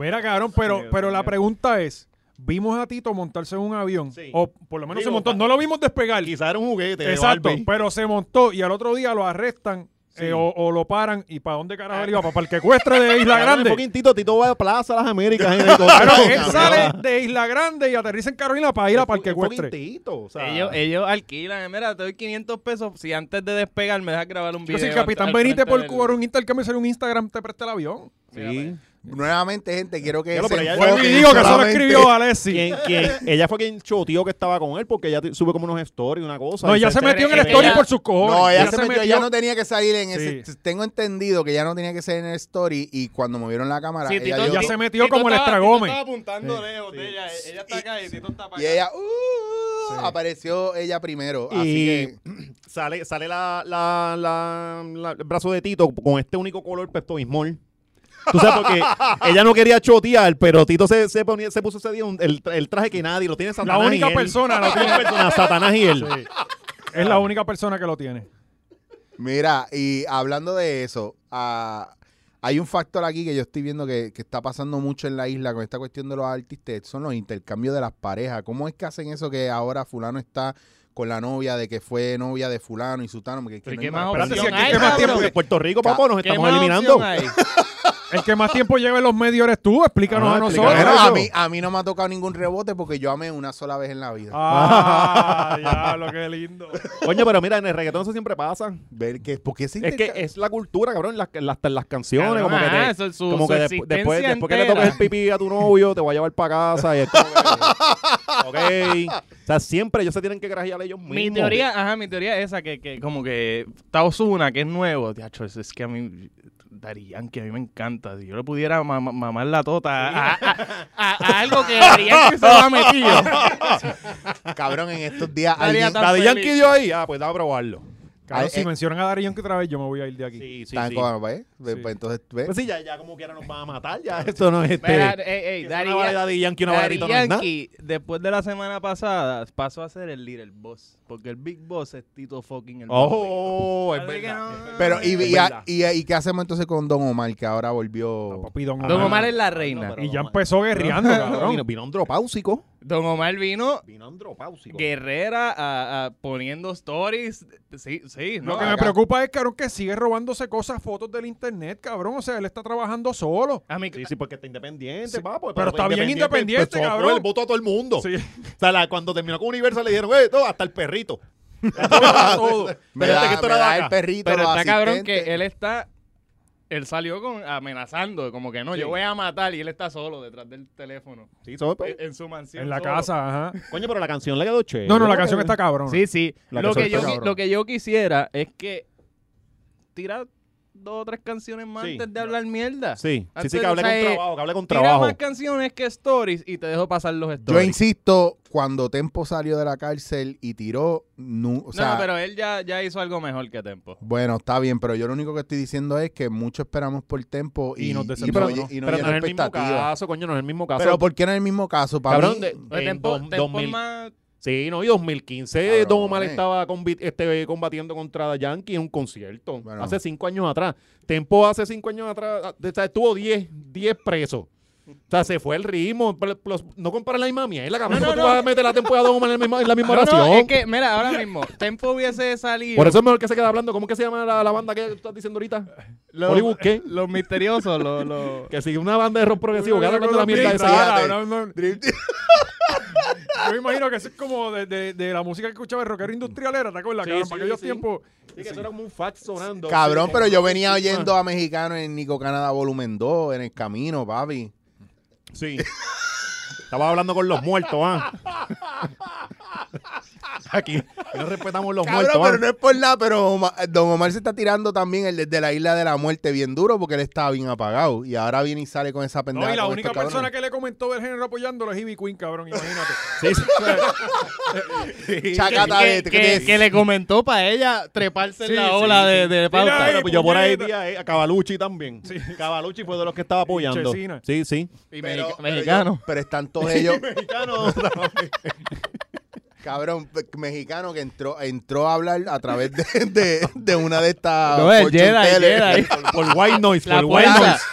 S3: Mira, cabrón, pero,
S4: Dios
S3: pero la
S4: mío.
S3: pregunta es, ¿vimos a Tito montarse en un avión?
S2: Sí.
S3: O por lo menos
S2: Digo,
S3: se montó,
S2: pa-
S3: no lo vimos despegar.
S2: Quizá era un juguete. de
S3: Exacto,
S2: Barbie.
S3: pero se montó y al otro día lo arrestan
S2: Sí.
S3: eh, o, o lo paran. ¿Y para dónde carajo él iba? ¿Para el que cuestre de Isla
S2: Cabrón, el
S3: Grande?
S2: fucking Tito, Tito va a Plaza Las Américas. en helicóptero.
S3: Claro, él
S2: Cabrón.
S3: sale de Isla Grande y aterriza en Carolina para ir a
S2: El fu-
S3: Parque
S2: el fucking
S3: Ecuestre.
S2: Tito, o sea,
S4: Ellos, ellos alquilan. eh, Mira, te doy 500 pesos si antes de despegar me dejas grabar un
S3: Yo
S4: video.
S3: si el
S4: al-
S3: capitán
S4: al
S3: Benítez
S4: frente
S3: por
S4: del-
S3: cobrar un intercambio salió un Instagram, te presta el avión.
S2: Sí.
S1: Nuevamente, gente, quiero que
S2: Ya lo,
S1: se
S2: pero ya-
S1: enfoquen
S2: Vuelvo
S3: Y Pues digo que solo
S1: solamente-
S3: escribió Alessi.
S2: ¿Quién- quién? Ella fue quien choteó que estaba con él porque ella te- sube como unos stories, una cosa.
S3: No,
S2: y
S3: ella se metió en el
S4: ella-
S3: story por sus cojones.
S1: No, ella se metió, ella no tenía que salir en
S3: Sí.
S1: ese. Tengo entendido que ya no tenía que salir en el story y cuando movieron la cámara,
S4: Sí,
S1: ella
S4: Tito-
S1: dijo-
S3: Ya
S4: Tito-
S3: se metió
S4: Tito
S3: como el
S4: estaba-
S3: estragome.
S4: Tito estaba apuntando
S3: Sí.
S4: lejos de ella. Ella está acá y Tito está para
S1: y ella uh, uh, apareció ella primero. Así
S2: Y-
S1: que
S2: Sale, sale la, la, la- la- el brazo de Tito con este único color Pepto Bismol. Tú sabes, porque ella no quería chotear, pero Tito se, se, ponía- se puso ese día un- el, el traje que nadie lo tiene Satanás.
S3: única
S2: y él.
S3: persona, la
S2: la única persona, Satanás y él.
S3: Es la única persona que lo tiene.
S1: Mira, y hablando de eso, ah, hay un factor aquí que yo estoy viendo que, que está pasando mucho en la isla con esta cuestión de los artistas, son los intercambios de las parejas. ¿Cómo es que hacen eso que ahora fulano está con la novia de que fue novia de fulano y sutano? Porque es que
S4: Pero
S1: no
S4: ¿qué
S1: hay
S4: más
S1: más-
S3: Espérate, si
S4: opción
S3: aquí
S4: hay,
S3: qué más
S4: cabrón?
S3: tiempo-
S2: De Puerto Rico, papá, nos
S4: ¿Qué
S2: estamos
S4: más
S2: eliminando.
S4: opción hay?
S3: El que más tiempo lleva en los medios eres tú. Explícanos
S2: Ah,
S3: a
S2: explícanos.
S3: nosotros.
S1: Bueno, a,
S2: Claro.
S1: mí, a mí no me ha tocado ningún rebote porque yo amé una sola vez en la vida.
S3: Ah, diablo, qué lindo.
S2: Coño, pero mira, en el reggaetón eso siempre pasa.
S1: Ver que, ¿por qué se
S2: Es que
S1: interca-
S2: es la cultura, cabrón, las, las, las canciones,
S4: Cabrón,
S2: como que, te-
S4: ajá, eso, su-
S2: como
S4: su
S2: que de-
S4: existencia
S2: después, después que le
S4: entera.
S2: toques el pipí a tu novio, te voy a llevar para casa y es como que, ok. O sea, siempre ellos se tienen que grajear ellos mismos.
S4: Mi teoría, ajá, mi teoría es esa que, que como que está Ozuna, que es nuevo, Tacho, es, es que a mí Dari Yankee a mí me encanta, si yo le pudiera ma- ma- mamar la tota a, a- a- a algo que Dari Yankee se lo ha metido.
S1: Cabrón, en estos días
S4: Estaría
S1: alguien-
S4: tan
S2: La de
S4: feliz.
S2: Yankee dio ahí, ah, pues da a probarlo.
S3: Cabrón,
S1: Ay,
S3: si
S1: eh.
S3: mencionan a Darío que otra vez, yo me voy a ir de aquí.
S2: Sí, sí,
S1: Tan
S2: sí.
S1: como, ¿ves? Ve,
S3: Sí.
S1: pues entonces, ¿ves?
S2: Pues sí, ya, ya como quiera nos van a matar, ya. Esto no es este.
S4: Mira,
S2: que
S4: ey, ey,
S2: sea
S4: Daddy
S2: una
S4: Yan-
S2: vara de Daddy Yankee, una vara de
S4: Daddy
S2: Rito, no es nada.
S4: Yankee, después de la semana pasada, pasó a ser el líder boss. Porque el big boss es Tito fucking el
S2: Oh, es
S4: Así que
S2: verdad.
S4: no-
S1: Pero, y,
S2: Es
S1: y,
S2: verdad.
S1: y, y qué hacemos entonces con Don Omar, que ahora volvió.
S3: Ah, papi, Don
S4: boss.
S3: Omar.
S4: Don Omar es la reina.
S2: pero-
S3: Y ya empezó guerreando,
S2: Vino,
S3: cabrón.
S2: vino andropáusico.
S4: Don Omar vino
S2: Vino andropáusico.
S4: guerrera a- a- poniendo stories. Sí, sí.
S3: Lo
S4: No,
S3: que me
S1: acá.
S3: preocupa es, cabrón, que sigue robándose cosas, fotos del internet, cabrón. O sea, él está trabajando solo.
S4: A mí,
S2: Sí, sí, porque está independiente,
S3: Sí,
S2: papo.
S3: pero está bien independiente,
S2: pues, sobró
S3: cabrón.
S2: el voto a todo el mundo.
S3: Sí.
S2: O sea, la- cuando terminó con Universal le dijeron, "Eh, todo, hasta el perrito.
S3: todo.
S1: Me
S2: Fíjate
S1: da,
S2: que esto
S1: me
S2: era
S1: da
S2: de
S1: el
S2: acá.
S1: perrito.
S4: pero
S1: los
S4: está cabrón que
S1: asistentes.
S4: él está. Él salió con amenazando, como que no,
S2: Sí.
S4: yo voy a matar y él está solo detrás del teléfono.
S2: Sí, sobre, pues.
S4: En en su mansión.
S3: En la
S4: solo.
S3: casa, ajá.
S2: Coño, pero la canción le quedó chévere.
S3: No, no, la canción está cabrón.
S4: Sí, sí.
S2: La
S4: Lo
S2: que
S4: que, yo,
S2: soltó,
S4: qui-
S2: cabrón.
S4: lo que yo quisiera es que tira dos o tres canciones más
S2: Sí.
S4: antes de hablar mierda.
S2: Sí, sí, sí,
S4: Antes,
S2: que hable
S4: o sea,
S2: con
S4: eh,
S2: trabajo, que hable con
S4: Tira
S2: trabajo.
S4: más canciones que stories y te dejo pasar los
S1: Yo
S4: stories.
S1: insisto, cuando Tempo salió de la cárcel y tiró, nu- o
S4: No,
S1: sea,
S4: no, pero él ya, ya hizo algo mejor que Tempo.
S1: bueno, está bien, pero yo lo único que estoy diciendo es que mucho esperamos por Tempo y,
S3: Y nos
S1: y
S3: decepcionó.
S1: no,
S2: Pero
S1: lle- y no
S2: pero
S1: llenó
S2: no es el mismo
S1: expectativas.
S2: caso, coño, no es el mismo caso.
S1: Pero ¿por qué no en el mismo caso? Para
S2: Cabrón,
S1: mí,
S2: de-
S4: Pues
S2: En
S4: Tempo,
S2: dos-
S4: Tempo es
S2: 2000.
S4: más-
S2: Sí, no, y 2015
S1: Cabrones.
S2: Don Omar estaba combi- este, combatiendo contra Yankee en un concierto.
S1: Bueno.
S2: Hace cinco años atrás. Tempo hace cinco años atrás ah, de- o sea, estuvo 10 10 presos. O sea, se fue el ritmo. Pero los- no comparas la misma mierda, cabrón.
S4: No,
S2: ¿Cómo
S4: no,
S2: tú
S4: no.
S2: vas a meter la temporada de Don Omar en, el mismo- en la misma
S4: No,
S2: oración?
S4: no, es que, mira, ahora mismo, Tempo hubiese salido.
S2: oh. Por eso es mejor que se quede hablando. ¿Cómo es que se llama la, la banda que tú estás diciendo ahorita?
S4: Los-
S2: Hollywood, ¿qué?
S4: Los misteriosos, los... los-
S2: Que sigue una banda de rock progresivo. que habla cuando la mierda
S1: Dream
S2: esa.
S1: Team. fíjate.
S3: no, no. Yo me imagino que eso es como de, de- de la música que escuchaba el rockero industrial era, ¿te acuerdas?
S2: Sí,
S3: cabrón?
S2: sí,
S3: Para aquellos
S2: sí.
S3: tiempos.
S2: Sí, que eso era como un fax sonando.
S1: cabrón,
S2: Sí,
S1: pero
S2: como-
S1: yo venía oyendo a mexicanos en Nico Canadá Volumen 2, en el camino, papi.
S2: Sí. Estaba hablando con los muertos, ¿ah? Aquí no respetamos los
S1: Cabrón,
S2: muertos.
S1: pero
S2: ¿ah?
S1: no es por nada, pero Omar- Don Omar se está tirando también el desde la isla de la muerte bien duro porque él estaba bien apagado y ahora viene y sale con esa pendeja.
S3: No, y la
S1: con
S3: única
S1: estos
S3: persona
S1: cabrones.
S3: que le comentó del género apoyándolo es Ivy Queen, cabrón, imagínate.
S2: Sí, sí.
S1: Chacata de-
S4: que, que- que le comentó para ella treparse
S3: Sí,
S4: en la
S3: sí,
S4: ola
S3: sí.
S4: de, de pauta.
S3: Mira ahí,
S2: pues yo por ahí
S3: puñeta.
S2: vi a, eh, a Cavalucci también. Cavalucci fue de los que estaba apoyando.
S3: Chesina.
S2: Sí, sí.
S4: Y
S1: Pero-
S4: mexica-
S1: pero yo-
S4: mexicano.
S1: Pero están todos ellos,
S2: Mexicano.
S1: cabrón, pe- mexicano que entró, entró a hablar a través de, de- de una de estas.
S4: No, es
S1: fortune
S4: Jedi,
S1: tele.
S4: Jedi.
S2: por white noise,
S4: La
S2: por white
S4: fuerza.
S2: noise.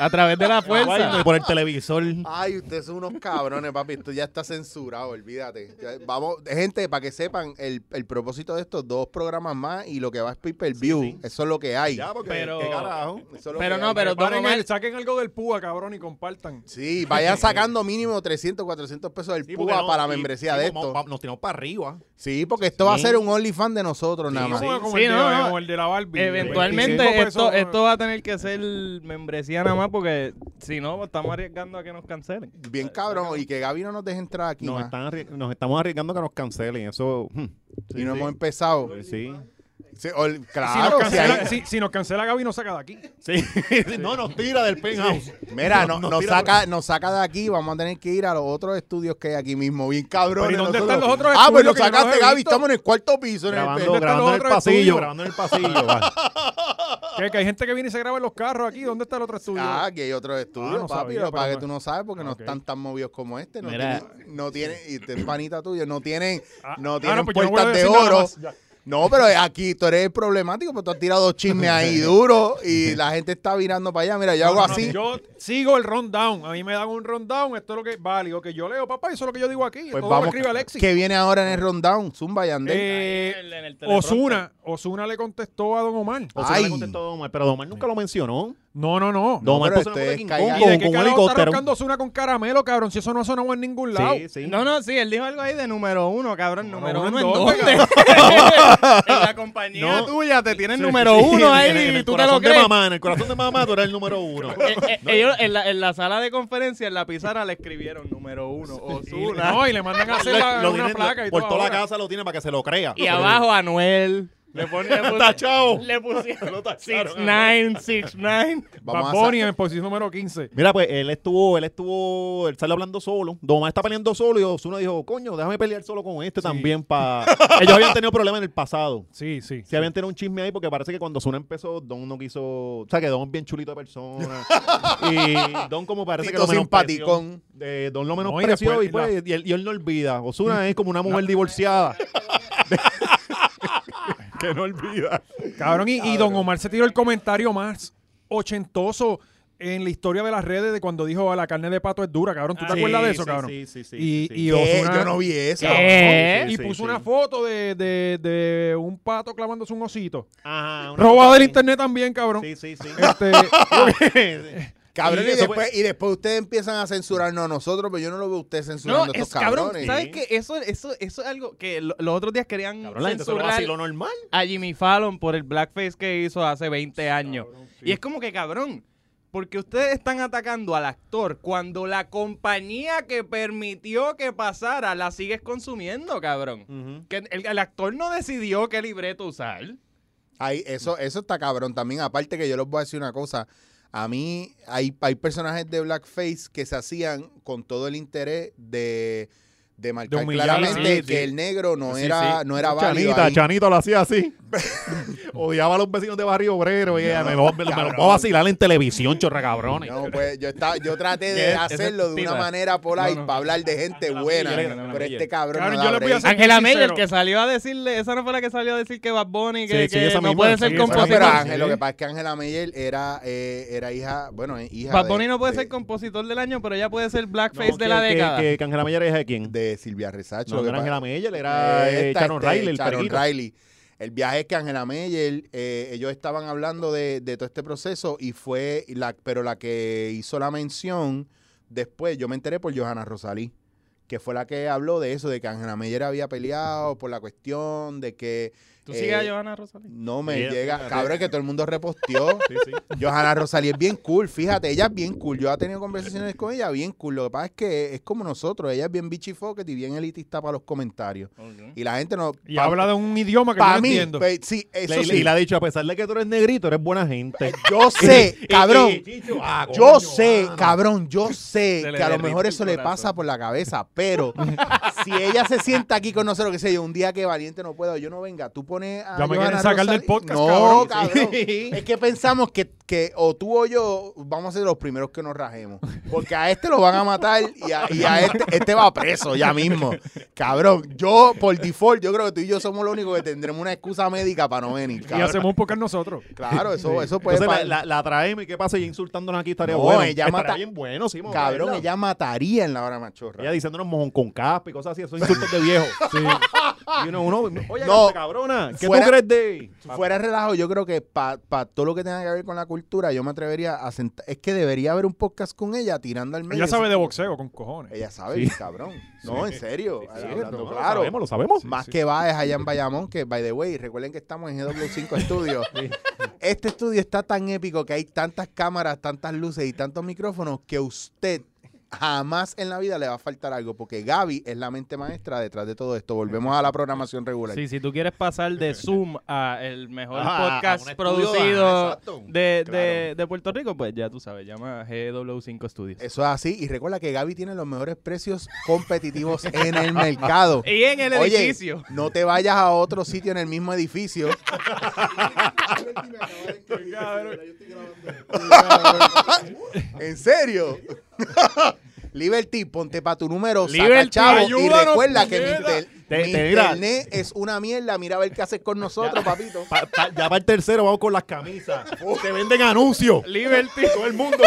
S4: A través de la
S2: Por white
S4: fuerza.
S2: noise, por el televisor.
S1: Ay, ustedes son unos cabrones, papi. Esto ya está censurado, olvídate. Ya, Vamos, gente, para que sepan, el, el propósito de estos dos programas más y lo que va es pay per view.
S2: sí.
S1: Eso es lo que hay.
S2: Ya, porque,
S4: Pero-
S2: ¿qué carajo?
S1: Eso es lo
S4: pero
S1: que
S4: no,
S1: hay.
S4: pero- Don
S3: Preparen
S4: Omar-
S3: el- saquen algo del púa, cabrón, y compartan.
S1: Sí, vayan sacando mínimo 300, 400 pesos del
S2: Sí, porque
S1: PUA
S2: no,
S1: para
S2: y-
S1: la membresía
S2: sí,
S1: de
S2: vamos-
S1: esto.
S2: vamos- nos tiramos para arriba.
S1: sí, porque esto va a
S2: Sí.
S1: ser un OnlyFans de nosotros nada más.
S3: Como- como
S4: Sí,
S3: el,
S4: no,
S3: de,
S4: no.
S3: como el de la Barbie.
S4: Eventualmente
S3: 25
S4: esto,
S3: pesos,
S4: esto va a tener que ser membresía nada más porque si no estamos arriesgando a que nos cancelen.
S1: Bien cabrón, y que Gaby no nos deje entrar aquí
S2: Nos,
S1: más.
S2: están arri- nos estamos arriesgando que nos cancelen. Eso. hmm,
S1: y
S2: sí,
S1: no
S2: sí.
S1: hemos empezado.
S2: Pues Sí.
S1: Sí, ol-
S3: Si nos,
S1: claro, si
S3: cancela,
S1: hay-
S3: si- si nos cancela Gaby, nos saca de aquí.
S2: Sí. No, nos tira del penthouse.
S1: Mira, no-
S2: Nos- nos
S1: nos,
S2: tira
S1: saca, nos saca de aquí, vamos a tener que ir a los otros estudios que hay aquí mismo, bien cabrón.
S3: Pero, ¿y dónde están los otros
S1: Ah, pues
S3: estudios
S1: nos
S3: que yo no
S1: sacaste,
S3: los he
S1: Gaby,
S3: visto?
S1: estamos en el cuarto piso. en el-
S2: grabando,
S3: ¿Dónde están
S2: grabando
S3: los
S2: en el
S3: otros
S2: pasillo,
S3: estudios?
S2: grabando en el pasillo. va.
S3: Que, que hay gente que viene y se graba en los carros aquí. ¿Dónde está el otro estudio?
S1: Ah, aquí hay otros estudios,
S3: Ah, no
S1: papi,
S3: sabía,
S1: lo para
S3: pero
S1: que
S3: no-
S1: tú no sabes porque no
S3: Ok.
S1: están tan movidos como este. No
S4: Mira.
S1: tienen, no tienen, y este es panita tuyo, no tienen,
S3: Ah, ah,
S1: no tienen
S3: pues yo no voy a
S1: puertas de
S3: decir nada
S1: oro.
S3: más. Ya.
S1: No, pero aquí tú eres el problemático, porque tú has tirado dos chismes ahí duro y la gente está virando para allá. Mira, yo hago
S3: No, no,
S1: así.
S3: Yo sigo el rundown. A mí me dan un rundown. Esto es lo que vale. Lo que yo leo, papá, eso es lo que yo digo aquí.
S1: Pues
S3: Todo
S1: vamos,
S3: lo escribe Alexis.
S1: que viene ahora en el rundown, Zumba y Andel.
S3: Eh,
S4: En el- en el teleprompter.
S3: Osuna, Osuna le contestó a Don Omar.
S2: Ozuna
S1: Ay.
S2: le contestó a Don Omar, pero Don Omar nunca lo mencionó.
S3: No, no, no.
S2: Don Omar
S1: pero
S2: puso una foto de
S1: ustedes
S2: King
S1: caigan.
S2: Kong
S3: ¿Y de
S2: con,
S3: qué
S2: con un
S3: carajo está
S2: helicóptero.
S3: roncando Osuna con caramelo, cabrón? Si eso no ha sonado en ningún lado.
S2: Sí, sí.
S4: No, no, sí, él dijo algo ahí de número uno, cabrón. Número
S3: uno
S4: uno,
S3: en
S4: en
S3: dónde,
S4: dónde? en la compañía
S2: No.
S4: tuya te tienen
S2: Sí,
S4: número
S2: sí,
S4: uno
S2: en-
S4: ahí
S2: en el
S4: y tú te lo
S2: corazón de
S4: crees.
S2: mamá, en el corazón de mamá tú eres el número uno.
S4: Eh, eh, ellos en la, en la sala de conferencia, en la pizarra, le escribieron número uno, Osuna.
S3: No, y le mandan a hacer la-
S2: Lo
S3: una
S2: tienen-
S3: placa y
S2: por
S3: todo
S2: toda la
S3: ahora.
S2: casa lo tiene para que se lo crea.
S4: Y abajo, Anuel. Le pone. Le puse-
S2: Tachao.
S4: Le pusieron.
S2: Lo tacharon.
S4: 69, 69.
S1: Vamos
S3: Bad
S1: a sa-
S3: Bunny en posición número 15.
S2: Mira, pues él estuvo, él estuvo, él salió hablando solo. Doma está peleando solo y Osuna dijo, coño, déjame pelear solo con este también para... Ellos habían tenido problemas en el pasado.
S3: Sí, sí.
S2: Sí habían tenido un chisme ahí porque parece que cuando Osuna empezó, Don no quiso... O sea, que Don es bien chulito de persona. y Don como parece
S1: Tito
S2: que lo menospreció.
S1: simpaticón.
S2: Eh, Don lo
S3: No, y
S2: menospreció
S3: después-
S2: y, pues, y él, y él no olvida. Osuna es como una mujer divorciada. que no olvida.
S3: Cabrón, y, y Don Omar se tiró el comentario más ochentoso en la historia de las redes de cuando dijo a la carne de pato es dura, cabrón. ¿Tú te acuerdas de eso, cabrón?
S2: Ah, Sí, sí, sí.
S3: Y-
S2: sí,
S3: y
S1: ¿Qué?
S2: sí.
S3: Ozuna-
S1: Eh, Yo no vi eso.
S4: ¿Qué?
S3: Y
S2: Sí,
S3: puso
S2: sí.
S3: una foto de, de- de un pato clavándose un osito.
S2: Ajá, una
S3: Robado
S2: cosa
S3: del
S2: así.
S3: internet también, cabrón.
S2: Sí, sí, sí.
S3: Este,
S1: Cabrón, y,
S2: Y eso fue-
S1: después, y después ustedes empiezan a censurarnos a nosotros, pero yo no lo veo a ustedes censurando
S4: No,
S1: a estos
S4: es cabrón.
S1: cabrones.
S4: ¿Sabes qué? Eso, eso, eso es algo que lo- los otros días querían
S2: Cabrón, la gente se lo
S4: censurar
S2: vaciló normal.
S4: a Jimmy Fallon por el blackface que hizo hace 20 años. Y es como que, cabrón, porque ustedes están atacando al actor cuando la compañía que permitió que pasara la sigues consumiendo, cabrón. Que el, el actor no decidió qué libreto usar.
S1: Ay, eso, eso está cabrón también. Aparte que yo les voy a decir una cosa. A mí hay, hay personajes de blackface que se hacían con todo el interés de, de marcar
S3: humillar,
S1: claramente
S2: sí, sí.
S1: que el negro no
S2: Sí,
S1: era,
S2: sí.
S1: No era válido.
S2: Chanita,
S1: ahí.
S2: Chanita lo hacía así. Odiaba a los vecinos de Barrio Obrero. Y ella, me, lo, me lo- me lo voy a vacilar en televisión, chorra cabrones.
S1: No, pues yo, estaba, yo traté
S2: Ese-
S1: de hacerlo de
S2: ese-
S1: una manera polite
S4: no.
S1: para hablar de gente buena.
S2: Miller, Angela
S1: pero este
S2: Miller.
S1: cabrón.
S3: Cabrón,
S1: no da
S3: yo le voy a
S1: break.
S3: hacer-
S4: Ángela
S3: sincero.
S4: Meyer, que salió a decirle, esa no fue la que salió a decir que Bad Bunny,
S2: Sí,
S4: que,
S2: sí,
S4: que
S2: esa
S4: no
S2: misma,
S4: puede ser
S3: sí, esa
S1: Bueno,
S4: compositor.
S1: pero
S3: Compositor,
S1: Ángel,
S3: sí.
S1: lo que pasa es que Angela Meyer era, eh, era hija, bueno, eh, hija
S4: Bad
S1: de-
S4: Bunny no puede
S1: de-
S4: ser compositor del año, pero ella puede ser blackface
S2: No,
S4: de
S2: que-
S4: la
S2: que-
S4: década.
S2: Que, que Angela Meyer es de quién?
S1: de Silvia Resacho. lo
S2: no, no
S1: que
S2: era
S1: pasa-
S2: Angela Meyer, era eh,
S1: esta,
S2: Shannon
S1: este,
S2: Riley, el
S1: Sharon
S2: periquito.
S1: Riley. El viaje es que Angela Meyer, eh, ellos estaban hablando de, de todo este proceso y fue, la, pero la que hizo la mención después, yo me enteré por Johanna Rosalí, que fue la que habló de eso, de que Angela Meyer había peleado por la cuestión de que
S4: ¿Tú
S1: eh,
S4: sigues a Johanna Rosalía?
S1: no me
S2: Ella-
S1: llega,
S2: fíjate.
S1: cabrón, que todo el mundo reposteó.
S2: Sí, sí.
S1: Johanna Rosalí es bien cool, fíjate, ella es bien cool. Yo he tenido conversaciones con ella, bien cool. Lo que pasa es que es como nosotros, ella es bien bichifocket y bien elitista para los comentarios. Y la gente no.
S3: y
S1: pa-
S3: habla de un idioma que yo
S1: Para
S3: no
S1: mí,
S3: entiendo.
S1: pues, sí, eso
S2: Le-
S1: sí.
S2: Y le ha dicho, a pesar de que tú eres negrito, eres buena gente.
S1: Yo sé, cabrón.
S2: Y- y- Chicho, ah,
S1: yo
S2: coño,
S1: sé,
S2: ah.
S1: cabrón, yo sé
S4: Se le
S1: que a lo
S4: derrite
S1: mejor
S4: el
S1: eso le
S4: corazón.
S1: pasa por la cabeza, pero si ella se sienta aquí con nosotros, que sé yo, un día que valiente no puedo, yo no venga, tú pones a
S3: Ya
S1: Johanna
S3: me quieren sacar
S1: Rosalí.
S3: del podcast,
S1: No,
S3: cabrón.
S1: cabrón. Es que pensamos que, que o tú o yo vamos a ser los primeros que nos rajemos, porque a este lo van a matar y a, y a este, este va preso ya mismo. Cabrón, yo por default, yo creo que tú y yo somos los únicos que tendremos una excusa médica para no venir,
S3: Y
S1: cabrón.
S3: hacemos un podcast nosotros.
S1: Claro, eso, eso puede
S2: Entonces
S1: pasar.
S2: la, la, la traemos y qué pasa, y insultándonos aquí estaría
S1: pues, No,
S2: bueno.
S1: ella
S2: estaría
S1: mata-
S2: bien bueno, sí, vamos a
S1: Cabrón,
S2: verla.
S1: ella mataría en la hora machorra.
S2: Ella diciéndonos mojón con caspa y cosas así, esos insultos de viejo. Y uno, uno, oye,
S1: No.
S2: cabrona, ¿qué
S1: Fuera-
S2: tú crees de...?
S1: Si fuera de relajo, yo creo que para todo lo que tenga que ver con la cultura, yo me atrevería a sentar. Es que debería haber un podcast con ella tirando al medio.
S3: Ella sabe de boxeo, con cojones.
S1: Ella sabe, cabrón. No, en serio. hablando
S2: No,
S1: claro.
S2: Lo sabemos, lo sabemos.
S1: Más que va es allá en Bayamón, que by the way, recuerden que estamos en GW5 Studios. Este estudio está tan épico que hay tantas cámaras, tantas luces y tantos micrófonos que usted jamás en la vida le va a faltar algo, porque Gaby es la mente maestra detrás de todo esto. Volvemos a la programación regular.
S4: Sí, si tú quieres pasar de Zoom a el
S1: Ah,
S4: mejor
S2: Ajá, a
S4: podcast
S2: un estudio, ajá,
S4: producido
S2: exacto.
S4: de, de,
S2: Claro.
S4: de Puerto Rico, pues ya tú sabes, llama GW5 Studios.
S1: Eso es así. Y recuerda que Gaby tiene los mejores precios competitivos en el mercado.
S4: Y en el
S1: Oye,
S4: edificio.
S1: No te vayas a otro sitio en el mismo edificio. ¿En serio? Liberty, ponte para tu número, saca
S4: Liberty,
S1: chavo,
S4: ayúdanos,
S1: y recuerda que mi,
S4: puñeta.
S1: inter-
S2: Te-
S1: mi
S2: te dirá.
S1: internet es una mierda. Mira a ver qué haces con nosotros, papito.
S2: Pa- pa- ya va el tercero, vamos con las camisas. Te venden anuncios.
S4: Liberty.
S2: Todo el mundo.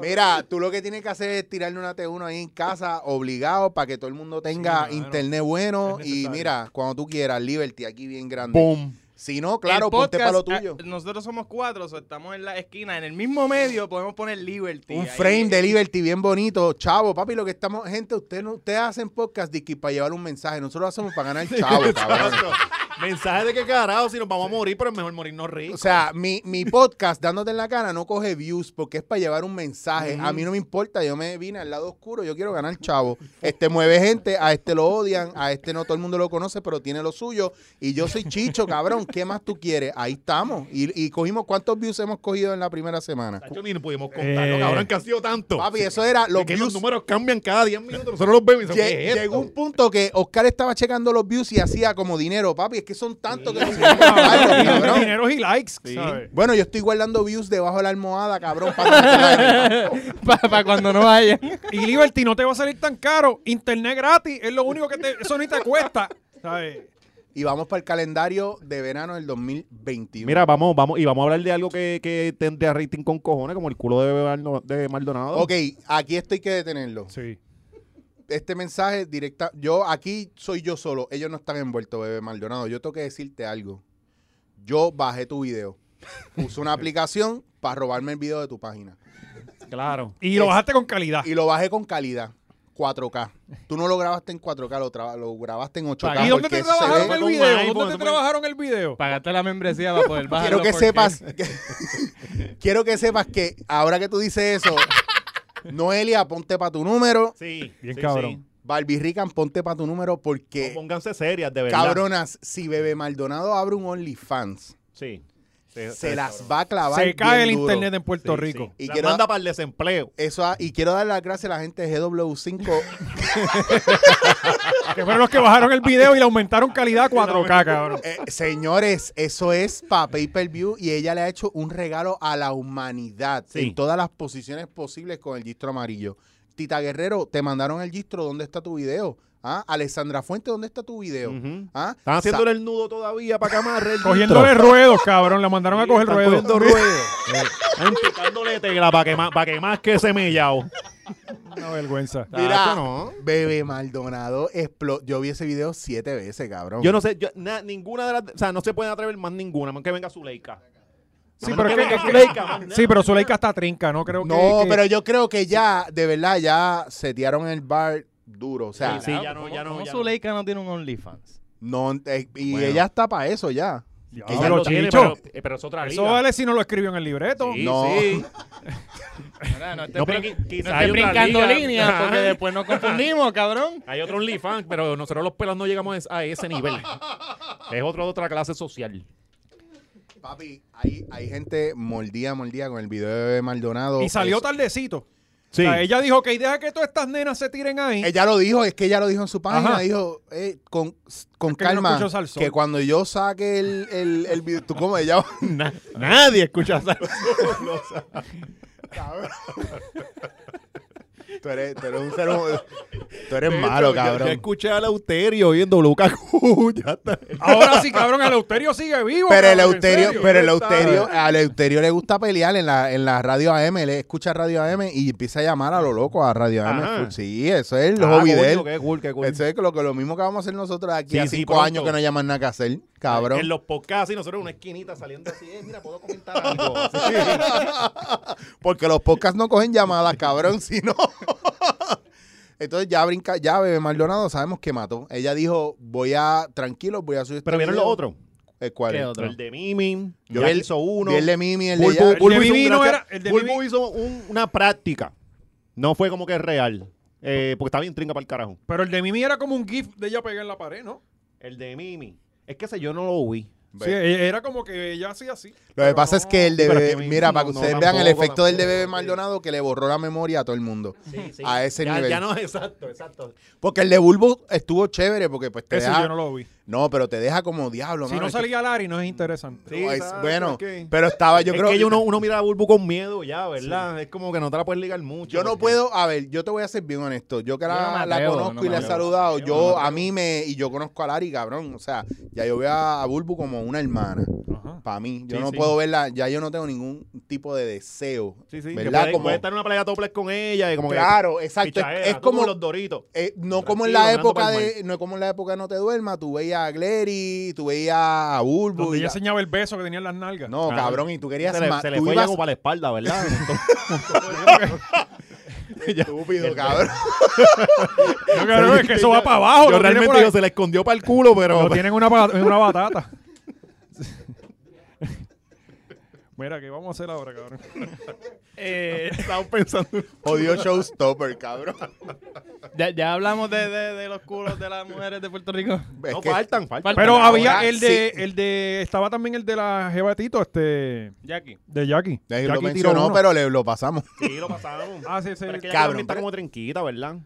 S1: Mira, tú lo que tienes que hacer es tirarle una T1 ahí en casa, obligado, para que todo el mundo tenga
S3: mano.
S1: internet bueno.
S3: Es
S1: Y
S3: necesario.
S1: mira, cuando tú quieras, Liberty, aquí bien grande.
S2: Boom.
S1: Si no, claro,
S4: El
S1: ponte para lo
S4: podcast,
S1: tuyo.
S4: ah, nosotros somos cuatro, o sea, estamos en la esquina, en el mismo medio podemos poner Liberty.
S1: Un
S4: ahí.
S1: frame de Liberty bien bonito. Chavo, papi, lo que estamos... Gente, ustedes no, ustedes hacen podcast disque para llevar un mensaje. Nosotros lo hacemos para ganar chavo, cabrón.
S2: Mensaje de que carajo, si nos vamos a morir, pero es mejor morirnos
S1: O
S2: ricos.
S1: sea, mi, mi podcast dándote en la cara no coge views porque es para llevar un mensaje. A mí no me importa, yo me vine al lado oscuro, yo quiero ganar chavo. Este mueve gente, a este lo odian, a este no todo el mundo lo conoce, pero tiene lo suyo. Y yo soy chicho, cabrón, ¿qué más tú quieres? Ahí estamos. Y, y cogimos, ¿cuántos views hemos cogido en la primera semana?
S2: Tacho, ni nos pudimos contarlo, cabrón, que ha sido tanto.
S1: Papi, eso era los
S2: Es que los
S1: views.
S2: números cambian cada 10 minutos. Nosotros los vemos y decimos,
S1: Lle-
S2: ¿qué es
S1: llegó un
S2: esto?
S1: punto que Oscar estaba checando los views y hacía como dinero, papi. Es que son tantos que no se puede pagarlo, cabrón.
S3: Dineros y likes, ¿sabes?
S1: Bueno, yo estoy guardando views debajo de la almohada, cabrón, para
S4: Para cuando no vayan.
S3: Y Liberty no te va a salir tan caro. Internet gratis es lo único que te, eso ni te cuesta. ¿sabes?
S1: Y vamos para el calendario de verano del 2021.
S2: Mira, vamos, vamos, y vamos a hablar de algo que, que tendría rating con cojones, como el culo de, Bebarno- de Maldonado.
S1: Ok, aquí estoy que detenerlo. Este mensaje directa. Yo aquí soy yo solo. Ellos no están envueltos, bebé Maldonado. Yo tengo que decirte algo. Yo bajé tu video. Usé una aplicación para robarme el video de tu página.
S2: Claro.
S3: Y lo bajaste con calidad.
S1: Y lo bajé con calidad. 4K. Tú no lo grabaste en 4K, lo, tra- lo grabaste en 8K.
S3: ¿Y dónde
S1: porque
S3: te
S1: se
S3: trabajaron
S1: ve-
S3: el
S2: con
S3: video?
S2: iPhone,
S3: ¿Dónde
S2: eso
S3: te
S2: fue-
S3: trabajaron el video?
S4: Pagaste la membresía para poder bajar.
S1: Quiero que sepas. que- quiero que sepas que ahora que tú dices eso, Noelia, ponte para tu número.
S2: Sí.
S3: Bien
S2: sí,
S3: cabrón.
S1: Barbirrican, ponte para tu número
S2: sí.
S1: porque,
S2: Pónganse serias, de verdad.
S1: cabronas, si Bebe Maldonado abre un OnlyFans,
S2: Sí. Sí,
S1: se
S2: sí,
S1: las
S2: cabrón.
S1: va a clavar.
S3: Se
S1: bien
S3: cae el
S1: duro.
S3: internet en Puerto
S2: Sí,
S3: Rico.
S2: sí.
S1: Y
S2: Las
S1: quiero-
S2: manda para el desempleo.
S1: Eso, ah, y quiero dar las gracias a la gente de GW5
S3: Que fueron los que bajaron el video y le aumentaron calidad a 4K, cabrón.
S1: Eh, señores, eso es para pay per view y ella le ha hecho un regalo a la humanidad
S2: Sí.
S1: en todas las posiciones posibles con el gistro amarillo. Tita Guerrero, te mandaron el gistro, ¿dónde está tu video? ¿Ah? Alessandra Fuente, ¿dónde está tu video?
S2: Ujú.
S1: ¿Ah?
S2: Están
S1: Sa-
S2: haciéndole el nudo todavía para que amarre el
S3: Cogiéndole
S2: distro.
S3: ruedos, cabrón. La mandaron a coger
S2: Están
S3: ruedos.
S2: cogiendo ruedo. Eh, Están picándole tela para que, más- pa' que más que semellao.
S3: Una vergüenza.
S1: Mira,
S2: Tacho, no.
S1: Bebe Maldonado, explo- yo vi ese video siete veces, cabrón.
S2: Yo no sé, yo- na- ninguna de las. O sea, no se pueden atrever más ninguna, más que venga Zuleika.
S3: Sí,
S2: A menos
S3: pero, es que-
S2: venga
S3: es que-
S2: Zuleika, más nada.
S3: sí, pero Zuleika está trinca, ¿no? Creo que-
S1: No,
S3: que-
S1: pero yo creo que ya, de verdad, ya setearon el bar duro. O sea,
S2: Sí, ya no, ya no,
S4: Ah, ¿Cómo
S2: ya no.
S4: Zuleika no tiene un OnlyFans?
S1: no, eh, y
S2: Bueno.
S1: ella está para eso ya.
S3: Ya,
S2: Ella
S3: pero
S2: lo tiene,
S3: Chicho,
S2: pero, eh, pero es otra
S3: Eso
S2: liga.
S3: vale si no lo escribió en el libreto.
S2: Sí,
S1: No.
S2: sí.
S4: No, no estoy,
S2: No, pero
S4: brin-
S2: qui- quizá
S4: no
S2: hay
S4: estoy
S2: otra
S4: brincando
S2: liga.
S4: líneas
S2: Ajá.
S4: porque después nos confundimos, cabrón.
S2: Hay otro OnlyFans, pero nosotros los pelas no llegamos a ese nivel. Es otro de otra clase social.
S1: Papi, hay, hay gente mordida, mordida con el video de Bebé Maldonado.
S3: Y salió
S1: Eso-
S3: tardecito.
S2: Sí.
S3: O sea, ella dijo que idea que todas estas nenas se tiren ahí.
S1: Ella lo dijo, es que ella lo dijo en su página.
S3: Ajá.
S1: Dijo, eh, con, con
S3: que yo no
S1: calma,
S3: escucho salsón.
S1: que cuando yo saque el, el, el video, tú como ella,
S2: nadie escucha esa
S1: cabrón. tú, eres, tú eres un ser humano. Tú eres malo,
S2: Ya,
S1: cabrón.
S2: escuché al Auterio viendo Lukaku. Ya está.
S3: Ahora sí, cabrón, el Euterio sigue vivo.
S1: Pero el
S3: cabrón, ¿en
S1: Euterio,
S3: serio?
S1: pero el
S2: Está-
S1: Euterio, al Euterio le gusta pelear en la, en la radio AM, él escucha radio AM y empieza a llamar a lo loco a radio AM.
S2: Ajá.
S1: full. Sí, eso es el
S2: Ah,
S1: hobby de
S2: coño,
S1: él.
S2: Qué cool, qué cool.
S1: Eso es lo, que- lo mismo que vamos a hacer nosotros de aquí
S2: Sí,
S1: a
S2: sí,
S1: cinco
S2: pronto.
S1: años que no llaman nada que hacer, cabrón.
S2: En los podcasts y nosotros en una esquinita saliendo así, eh, mira, puedo comentar algo. Sí, sí.
S1: Porque los podcasts no cogen llamadas, cabrón, sino. Entonces ya brinca, ya Bebe Maldonado sabemos que mató. Ella dijo, voy a, tranquilo, voy a subir.
S2: Pero vieron los
S1: los
S2: otros.
S1: Eh, ¿Cuál?
S4: ¿Qué
S1: es?
S4: otro?
S2: El de Mimi,
S1: Yo
S2: ya
S1: vi el-
S2: hizo uno.
S1: Vi el de Mimi, el de
S2: Bulbu-
S1: Jack.
S3: El de
S2: Bulbu hizo
S3: Mimi
S2: un
S3: no
S2: gracia-
S3: era- el de
S2: Bulbu
S3: Mimi-
S2: hizo un- una práctica. No fue como que real. eh, porque está bien trinca para el carajo.
S3: Pero el de Mimi era como un gif de ella pegada en la pared, ¿no?
S2: El de Mimi. Es que ese yo no lo vi.
S1: Ve.
S3: Sí, e- era como que ella hacía así.
S1: Lo que pasa es que el de
S2: pero es
S1: Bebe-
S2: que Mimi
S1: mira,
S2: no-
S1: para que
S2: no,
S1: ustedes vean el
S2: tampoco,
S1: efecto del de
S2: tampoco,
S1: Bebe
S2: sí.
S1: Maldonado que le borró la memoria a todo el mundo. A ese
S2: ya,
S1: nivel.
S2: Ya no, exacto, exacto.
S1: Porque el de Bulbo estuvo chévere porque pues te
S3: Ese
S1: deja...
S3: yo no lo vi.
S1: No, pero te deja como diablo,
S3: Si
S1: mano,
S3: no
S1: es que-
S3: salía Larry, no es interesante.
S2: Sí,
S1: es-
S2: exacto,
S1: bueno,
S2: es que-
S1: pero estaba, yo
S2: es
S1: creo
S2: que yo uno, uno mira a Bulbu con miedo ya, ¿verdad? Es como que no te la puedes ligar mucho.
S1: Yo no
S2: porque-
S1: puedo, a ver, yo te voy a ser bien honesto. Yo que
S4: Yo no
S1: la,
S4: me
S1: la
S4: atrevo,
S1: conozco
S4: no
S1: y
S4: me
S1: la he
S4: atrevo.
S1: saludado,
S2: Yo
S1: yo,
S2: no me atrevo.
S1: a mí me, y yo conozco a Lari, cabrón. O sea, ya yo veo a, a Bulbu como una hermana.
S3: Ajá.
S1: Para mí, yo
S2: Sí,
S1: no
S2: sí.
S1: puedo verla, ya yo no tengo ningún tipo de deseo.
S2: Sí, sí. que
S1: ¿Verdad?
S2: Puede,
S1: Como,
S2: puede estar en una playa topless con ella y como que-
S1: claro, exacto. Es-
S2: pichadera,
S1: Es,
S2: tú
S1: como,
S2: los doritos.
S1: eh, no como en
S2: Tranquilo,
S1: la
S2: mirando
S1: época
S2: pa'l
S1: de, no como en la época de No Te Duermas, tú veías a Glery, tú veías a Bulbu.
S3: Donde
S1: y
S3: ella
S1: la-
S3: enseñaba el beso que tenía en las nalgas.
S1: No,
S2: Ah,
S1: cabrón, y tú querías
S2: Se le,
S1: ma-
S2: se le
S1: tú
S2: fue
S1: ibas-
S2: ya como para la espalda, ¿verdad?
S1: Estúpido, cabrón.
S3: No, cabrón, es que eso va para abajo.
S2: Yo
S3: lo tienen
S2: realmente
S3: por ahí-
S2: digo, se la escondió para el culo, pero.
S3: Lo tienen en una, ba- en una batata. Mira, ¿qué vamos a hacer ahora, cabrón?
S4: Eh,
S2: Estaba pensando.
S1: Odio showstopper, cabrón.
S4: ya, ya hablamos de, de- de los culos de las mujeres de Puerto Rico.
S1: Es
S2: no,
S1: que-
S2: faltan, faltan.
S3: Pero
S1: Ahora
S3: había el de,
S1: sí.
S3: el de. Estaba también el de la jeva de Tito, este.
S4: Jackie.
S3: De Jackie.
S1: Eh,
S3: Jackie
S1: lo
S3: tiró
S1: mencionó,
S3: uno.
S1: pero le, lo pasamos.
S2: Sí, lo pasamos.
S3: Ah, sí, sí.
S2: Pero es que
S1: Cabrón,
S2: ella también está
S1: pero-
S2: como tranquita, ¿verdad?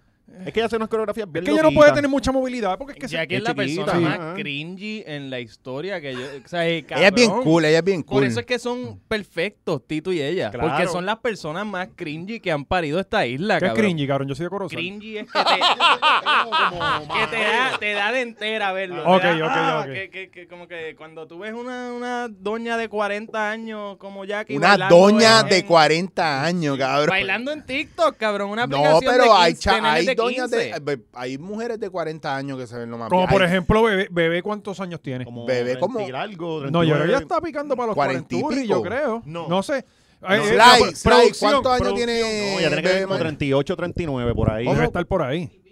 S2: Es que ella hace unas coreografías bien
S3: Es que ella no
S2: loquitas.
S3: puede tener mucha movilidad porque es que se-
S4: Jackie
S2: es
S4: es la
S2: chiquita,
S4: persona
S2: sí.
S4: más cringy en la historia que yo. O sea, eh,
S1: Ella es bien
S4: cabrón.
S1: cool, ella es bien
S4: Por
S1: cool.
S4: eso es que son perfectos Tito y ella.
S2: Claro.
S4: Porque son las personas más cringy que han parido esta isla,
S3: ¿Qué es
S4: cabrón.
S3: cringy, cabrón? Yo soy de Corozal.
S4: Cringy es que te, que te da, te da de entera verlo.
S3: Ah,
S4: Te da-
S3: ok, ok,
S4: ah,
S3: ok.
S4: Que, que- que como que cuando tú ves una, una doña de 40 años como Jackie
S1: Una
S4: bailando
S1: doña
S4: en-
S1: de 40 años, cabrón.
S4: Bailando en TikTok, cabrón. Una
S1: No,
S4: aplicación
S1: pero
S4: de 15,
S1: hay, cha-
S4: nenes
S1: hay
S4: de
S1: doñas
S4: 15.
S1: de. eh, Hay mujeres de 40 años que se ven lo más
S3: Como
S1: bien.
S3: por
S1: Hay-
S3: ejemplo, bebé, bebé ¿cuántos años tiene?
S2: Como
S1: Bebé, como-
S2: 30 y algo,
S3: No, yo creo que
S2: 39.
S3: ya está picando para los
S1: 40 y
S3: 40 y
S1: pico.
S3: yo creo.
S2: No.
S3: No, sé.
S2: No.
S3: Eh, eh,
S1: Sly,
S3: pro-
S1: Sly,
S3: producción,
S1: ¿cuántos años
S3: produ-
S1: tiene?
S2: No, ella tiene que
S1: Bebe
S2: tener como
S1: Mari?
S2: 38, 39 por ahí.
S3: Debe estar por ahí.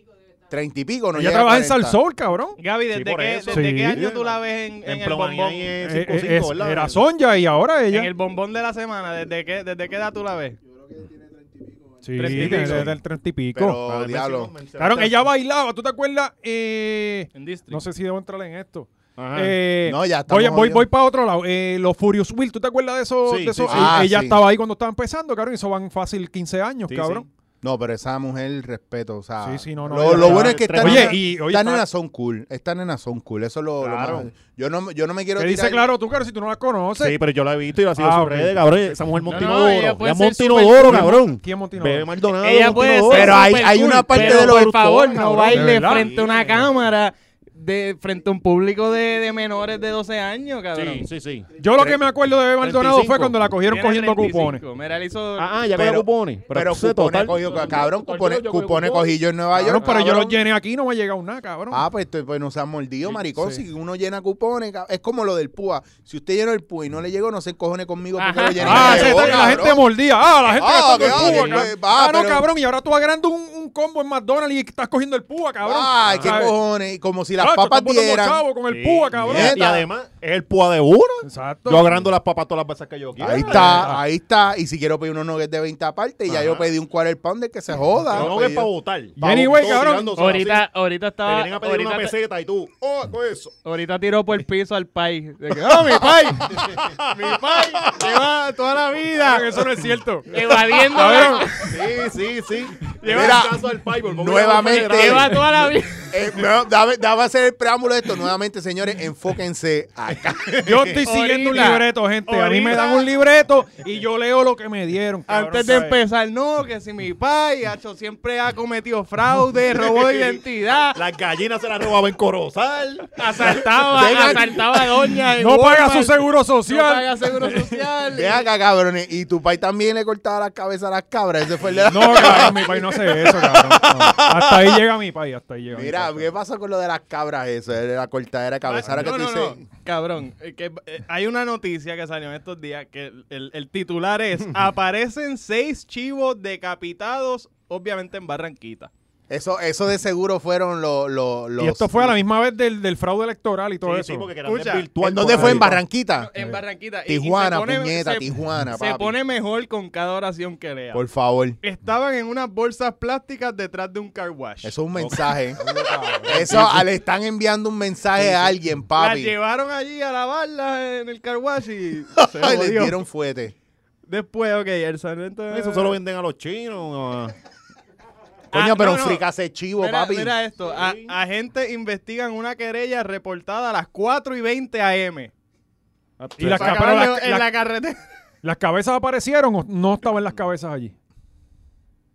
S1: 30 y pico, no
S3: Ella
S1: llega a
S3: trabaja en
S1: 40.
S3: Salsoul, cabrón.
S4: Gaby, ¿desde,
S2: Sí, por
S4: qué,
S2: eso.
S4: desde qué
S3: Sí.
S4: año tú la ves en, en el bombón?
S2: y en
S3: Eh,
S2: 5,
S3: eh,
S2: 5,
S3: es-
S2: ¿verdad?
S3: era Sonja y ahora ella.
S4: En el bombón de la semana, ¿desde qué, desde qué edad tú la ves?
S3: Sí,
S4: treinta y
S3: tiene-
S4: pico.
S3: desde el 30 y pico.
S1: Pero,
S2: Ah,
S1: diablo.
S3: Claro, ella bailaba, ¿tú te acuerdas? Eh,
S4: En District.
S3: no sé si debo entrar en esto.
S2: Ajá.
S3: Eh,
S1: Ah, No, ya
S3: voy,
S1: estamos
S3: voy,
S1: jodidos.
S3: voy para otro lado. Eh, los Furious Will, ¿tú te acuerdas de eso?
S2: Sí,
S3: de
S2: sí,
S3: eso?
S1: sí.
S3: Eh,
S1: Ah,
S3: ella
S1: sí.
S3: estaba ahí cuando estaba empezando, cabrón, y eso van fácil 15 años,
S2: Sí,
S3: cabrón.
S1: No, pero esa mujer, respeto, o sea...
S3: Sí, sí, no, no,
S1: Lo,
S3: ya
S1: lo
S3: está.
S1: bueno es que estas
S2: Oye,
S1: nenas-
S3: y- oye,
S1: estas
S3: está-
S1: nenas son cool. Estas nenas son cool. Eso es lo, lo
S2: Claro.
S1: más... Yo no, yo no me quiero
S3: Que dice,
S1: tirar-
S3: claro, tú, claro, si tú no la conoces.
S2: Sí, pero yo la he visto y la sigo en
S3: Ah,
S2: sus
S3: ok.
S2: redes, cabrón. Esa mujer
S4: no,
S2: Montinodoro. No,
S4: ella puede
S2: ella
S4: ser
S2: Montinodoro,
S4: súper-
S2: cabrón.
S3: ¿Quién es Montinodoro?
S2: Bebe Maldonado.
S4: Ella puede ser.
S2: Montinodoro.
S1: Pero hay-
S4: súper
S1: hay una parte
S4: pero
S1: de los Ah,
S4: Por favor,
S2: autores,
S4: no
S2: cabrón,
S3: de
S4: baile
S3: verdad.
S4: frente a una cámara, de frente a un público de, de menores de 12 años, cabrón.
S2: Sí, sí, sí.
S3: Yo lo que me acuerdo de Bebe Maldonado
S2: 35.
S3: fue cuando la cogieron
S4: Tiene
S3: cogiendo
S4: 35.
S3: cupones.
S4: Mira, él hizo.
S2: Ah, ah, ya
S1: Pero-
S2: pero, cupones.
S1: Pero
S2: eso
S1: cupones
S2: es total.
S1: cogió, cabrón,
S2: Yo- yo
S1: cupones,
S2: cogí
S1: cupones
S2: cupones.
S1: cogido en Nueva
S3: Cabrón,
S1: York.
S3: pero yo
S1: cabrón.
S3: los llené aquí no me ha llegado nada, cabrón.
S1: Ah, pues, esto- pues nos han mordido, maricón.
S3: sí.
S1: Si uno llena cupones, cab- es como lo del PUA. Si usted llenó el PUA y no le llegó, no se encojone conmigo porque
S4: Ajá.
S1: lo llené.
S3: Ah,
S1: y
S3: ese
S1: me
S3: está
S1: voy,
S3: que la
S1: cabrón.
S3: gente mordía. Ah, la gente
S1: Ah,
S3: gastando
S1: que, ah,
S3: el
S1: que,
S3: púa, cabrón.
S1: eh, va,
S3: ah, no,
S1: pero-
S3: cabrón, y ahora tú agrando un, un combo en McDonald's y estás cogiendo el púa, cabrón.
S1: Ay, qué
S3: ¿Sabes?
S1: cojones. Y como si las
S3: Chacho,
S1: papas
S3: estás botando
S1: dieran.
S3: chavo con el
S2: Sí,
S3: púa, cabrón.
S1: mierda.
S2: Y además, es el púa de uno.
S3: Exacto.
S2: Yo agrando las papas todas las veces que yo quiera.
S1: Ahí está, ahí está. Y si quiero pedir unos nuggets de 20 aparte, y ya
S2: Ajá.
S1: yo pedí un quarter pounder que se joda.
S2: Yo no que
S1: Pedí-
S2: es para votar.
S3: Y anyway, cabrón,
S4: ahorita, ahorita
S2: Te
S4: estaba.
S2: vienen a pedir una
S4: Ahorita,
S2: peseta y tú, oh, con eso.
S4: ahorita tiró por el piso al país. De que, ¡Ah, mi pai! ¡Mi pai! Lleva toda la vida
S3: Eso no es cierto.
S4: evadiendo.
S2: Sí, sí, sí.
S1: Mira,
S2: Lleva el caso al Piper.
S1: nuevamente-
S4: lleva toda la vida.
S1: Eh, no, dame, dame hacer el preámbulo de esto nuevamente, señores. Enfóquense acá.
S3: Yo estoy siguiendo un
S4: Ahorita,
S3: libreto, gente. A mí me dan un libreto y yo leo lo que me dieron. cabrón,
S4: Antes de
S3: ¿sabes?
S4: empezar, no, que si mi pai, hacho, siempre ha cometido fraude, robo de identidad,
S2: Las gallinas se las robaban en Corozal.
S4: asaltaba,
S1: Venga.
S4: asaltaba a doña. en
S3: No paga su
S4: Walmart,
S3: seguro
S4: no
S3: social.
S4: paga seguro social.
S1: Ve acá, cabrones. Y tu pai también le cortaba la cabeza a las cabras. Ese fue el de la-
S3: No, cabrón, mi país no hace eso, cabrón. No. Hasta ahí llega mi país, hasta ahí llega. mi
S1: Mira,
S3: país.
S1: ¿qué pasa con lo de las cabras eso? De la cortadera de cabeza. Ahora
S4: Ah, No,
S1: que tú
S4: no, no,
S1: dices-
S4: Cabrón, eh, que, eh, hay una noticia que salió en estos días que el, el- el titular es aparecen seis chivos decapitados, obviamente en Barranquita.
S1: Eso, eso de seguro fueron los... los, los-
S3: Y esto fue a la misma vez del, del fraude electoral y todo
S2: Sí,
S3: eso.
S2: sí, porque querían
S4: Escucha,
S2: desvirtuar
S1: ¿En dónde fue? ¿En
S2: Corozal.
S1: Barranquita?
S4: En Barranquita. eh, Y- y se
S1: Tijuana,
S4: pone-
S1: puñeta,
S4: se-
S1: Tijuana,
S4: Se
S1: papi.
S4: pone mejor con cada oración que lea.
S1: Por favor.
S4: Estaban en unas bolsas plásticas detrás de un car wash.
S1: Eso es un mensaje. Eso ah, le están enviando un mensaje a alguien,
S4: Las
S1: papi.
S4: llevaron allí a lavarlas en el car wash y se
S1: Ay, le
S4: jodió.
S1: dieron fuete.
S4: Después, ok, el sargento...
S2: Eso solo venden a los chinos.
S1: Coño,
S4: Ah,
S1: pero
S4: no,
S1: un
S4: no.
S1: fricase chivo,
S4: Mira,
S1: papi.
S4: mira eh, esto. A- agentes investigan una querella reportada a las 4 y 20 a.m.
S3: Y las,
S4: Se
S3: ca-
S4: acabaron
S3: pero
S4: en-
S3: las-
S4: Ah, pues, en
S3: las-
S4: la carretera.
S3: las cabezas aparecieron o no estaban las cabezas allí.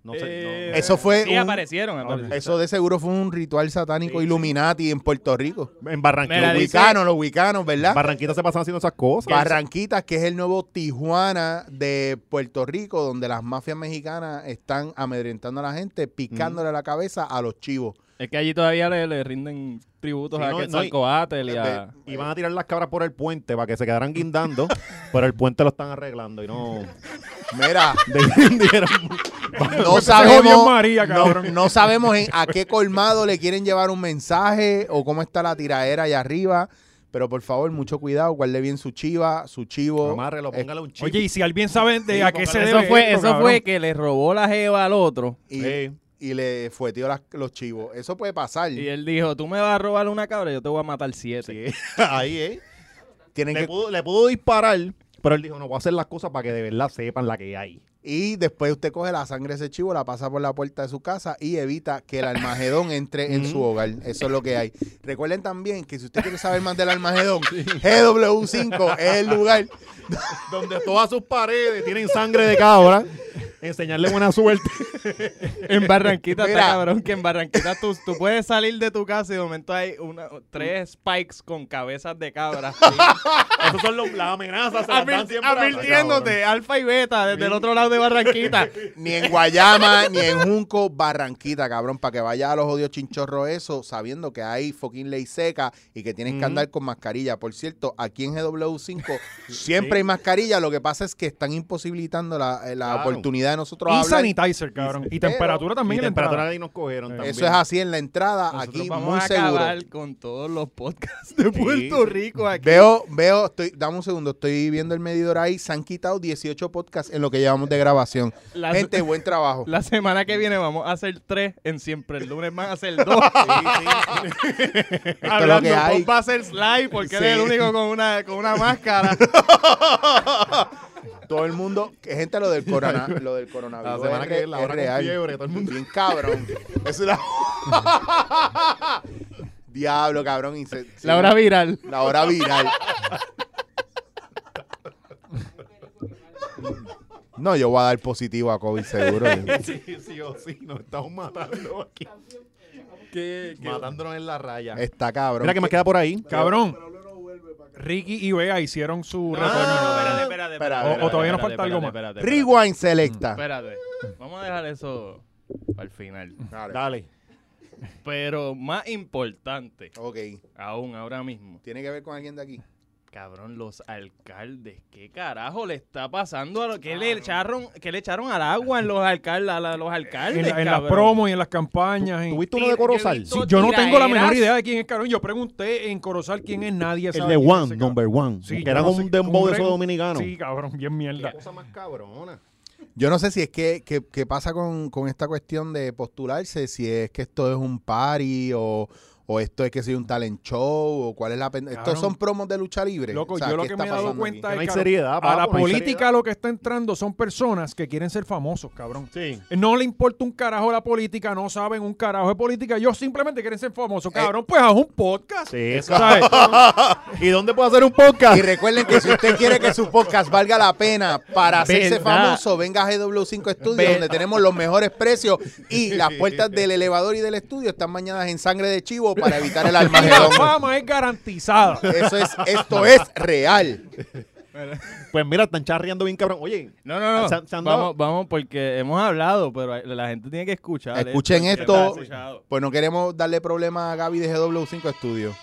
S2: No sé. no-
S4: Eh,
S1: Eso fue
S4: Sí,
S1: un-
S4: aparecieron. aparecieron.
S1: Eso de seguro fue un ritual satánico Illuminati en Puerto Rico.
S2: En
S4: Mira,
S2: Barranquita.
S1: Los
S4: dice-
S1: wicanos, los wicanos, ¿verdad?
S2: En Barranquita se pasan haciendo esas cosas.
S1: Barranquitas, que es el nuevo Tijuana de Puerto Rico, donde las mafias mexicanas están amedrentando a la gente, picándole la cabeza a los chivos.
S4: Es que allí todavía le, le rinden tributos
S2: Sí,
S4: a
S2: no, no,
S4: que
S2: y-
S4: Quetzalcóatl y a...
S2: Y van a tirar las cabras por el puente para que se quedaran guindando. pero el puente lo están arreglando y no.
S1: Mira,
S2: Dijeron,
S1: No
S3: jodió
S1: sabemos,
S3: en María,
S1: no,
S3: cabrón.
S1: no sabemos en- a qué colmado le quieren llevar un mensaje o cómo está la tiradera allá arriba. Pero por favor, mucho cuidado, guarde bien su chiva, su chivo.
S2: Amárrelo,
S1: Eh,
S2: póngale un chip.
S3: Oye, y si alguien sabe de
S2: Sí,
S3: a qué
S2: póngale-
S3: se debe.
S4: Eso fue,
S3: esto,
S4: eso
S3: cabrón.
S4: fue que le robó la jeva al otro.
S1: y,
S2: Sí.
S1: y le fueteó las- los chivos. Eso puede pasar.
S4: Y él dijo, tú me vas a robar una cabra, yo te voy a matar siete.
S2: ahí, eh.
S1: Tienen
S2: Le
S1: que,
S2: pudo, le pudo disparar, pero él dijo, no, voy a hacer las cosas para que de verdad sepan la que hay.
S1: y después usted coge la sangre de ese chivo, la pasa por la puerta de su casa y evita que el almagedón entre en su hogar. Eso es lo que hay. Recuerden también que si usted quiere saber más del almagedón, GW5 es el lugar
S2: Donde todas sus paredes tienen sangre de cabra. Enseñarle buena suerte.
S4: En Barranquita está
S1: Mira.
S4: cabrón, que en Barranquita tú, tú puedes salir de tu casa y de momento hay una, tres spikes con cabezas de cabra.
S2: Esas son los- las amenazas. se las dan siempre a-
S4: Advirtiéndote, alfa y beta, desde el otro lado de Barranquita.
S1: Ni en Guayama, ni en Junco, Barranquita, cabrón, para que vaya a los odios chinchorros eso, sabiendo que hay fucking ley seca y que tienes que andar con mascarilla. Por cierto, aquí en GW5 siempre hay mascarilla, lo que pasa es que están imposibilitando la, eh, la
S2: Claro.
S1: oportunidad de nosotros
S3: Y
S1: hablar.
S3: sanitizer, cabrón. Y
S1: Pero-
S3: temperatura
S2: Y
S3: también. en la
S2: temperatura
S3: entrada.
S2: ahí nos cogieron también.
S1: Eso es así en la entrada,
S4: Nosotros
S1: aquí
S4: vamos
S1: muy
S4: a
S1: seguro.
S4: acabar con todos los podcasts de Puerto Rico aquí.
S1: Veo, veo, estoy, dame un segundo, estoy viendo el medidor ahí, se han quitado 18 podcasts en lo que llevamos de grabación.
S4: Las-
S1: Gente, buen trabajo.
S4: La semana que viene vamos a hacer tres en siempre. El lunes van a hacer dos.
S1: es lo que hay.
S4: Pop va a hacer slide porque él es el
S1: Sí.
S4: único con una, con una máscara.
S1: Todo el mundo, que gente, lo del, corona, lo del
S2: La
S1: coronavirus.
S2: semana
S1: es
S2: que
S1: re-
S2: viene, la
S1: es
S2: hora con
S1: real.
S2: fiebre, todo el mundo.
S1: Bien cabrón. Es una- Diablo, cabrón. y se-
S4: La hora viral.
S1: La hora viral. No, yo voy a dar positivo a COVID seguro.
S2: Sí, sí o sí, nos estamos matando aquí. Matándonos en la raya.
S1: Está Eh, cabrón.
S2: Mira que me queda por ahí.
S3: Cabrón. Ricky y Vega hicieron
S4: Ah,
S3: su retorno.
S4: espérate,
S1: Espera,
S4: espérate, espérate,
S1: o- o
S4: espérate,
S3: todavía nos falta algo más.
S4: espérate, espérate,
S1: Rewind Selecta.
S4: Espérate. Vamos a dejar eso al final.
S2: Dale.
S4: Pero más importante,
S1: Ok.
S4: aún ahora mismo,
S1: ¿Tiene que ver con alguien de aquí?
S4: cabrón, los alcaldes, ¿qué carajo le está pasando a los que le echaron, que le echaron al agua en los alcaldes, a la- los alcaldes?
S3: En, la- en las
S4: cabrón?
S3: promos y en las campañas. en-
S2: ¿Tuviste
S4: Sí,
S2: uno de
S4: yo he
S2: Corozal?
S4: visto-
S3: Yo no tengo la menor
S4: tiraderas.
S3: idea de quién es cabrón. Yo pregunté en Corozal quién es nadie.
S2: El
S3: sabe
S2: de
S3: quién es
S2: One,
S3: ese cabrón.
S2: number one.
S3: Sí,
S2: que era
S3: yo no
S2: como
S3: sé,
S2: un dembow de esos
S3: regga-
S2: dominicanos.
S3: Sí, cabrón, bien mierda.
S2: cosa más cabrona.
S1: Yo no sé si es que, que- que pasa con, con esta cuestión de postularse, si es que esto es un party o, o esto es que soy un talent show o cuál es la... pen- Estos
S3: Cabrón.
S1: son promos de lucha libre.
S3: Loco,
S1: O sea,
S3: yo lo
S1: ¿qué
S3: que
S1: está
S3: me he dado
S1: pasando
S3: cuenta
S1: aquí?
S2: Que no hay
S3: es cabrón,
S2: seriedad,
S3: a la
S2: papo, no hay
S3: política
S2: seriedad.
S3: lo que está entrando son personas que quieren ser famosos, cabrón.
S2: Sí.
S3: No le importa un carajo la política, no saben un carajo de política. Ellos simplemente quieren ser famosos, cabrón. Pues haz un podcast.
S2: Sí, eso.
S3: ¿sabes?
S2: ¿Y dónde puedo hacer un podcast?
S1: Y recuerden que si usted quiere que su podcast valga la pena para hacerse
S4: Verdad.
S1: famoso, venga a GW5 Studios,
S4: Ver-
S1: donde tenemos los mejores precios y las puertas del elevador y del estudio están bañadas en sangre de chivo para evitar el
S3: Y la
S1: almagedón.
S3: fama es garantizada.
S1: Eso es, esto es real.
S2: Pues mira, están charreando bien cabrón. Oye,
S4: No, no, no.
S2: Se han- se han dado-
S4: vamos, vamos, porque hemos hablado, pero la gente tiene que escuchar. esto,
S1: Escuchen
S4: porque
S1: esto.
S4: no lo han escuchado.
S1: Pues no queremos darle problema a Gaby de GW5 Studios.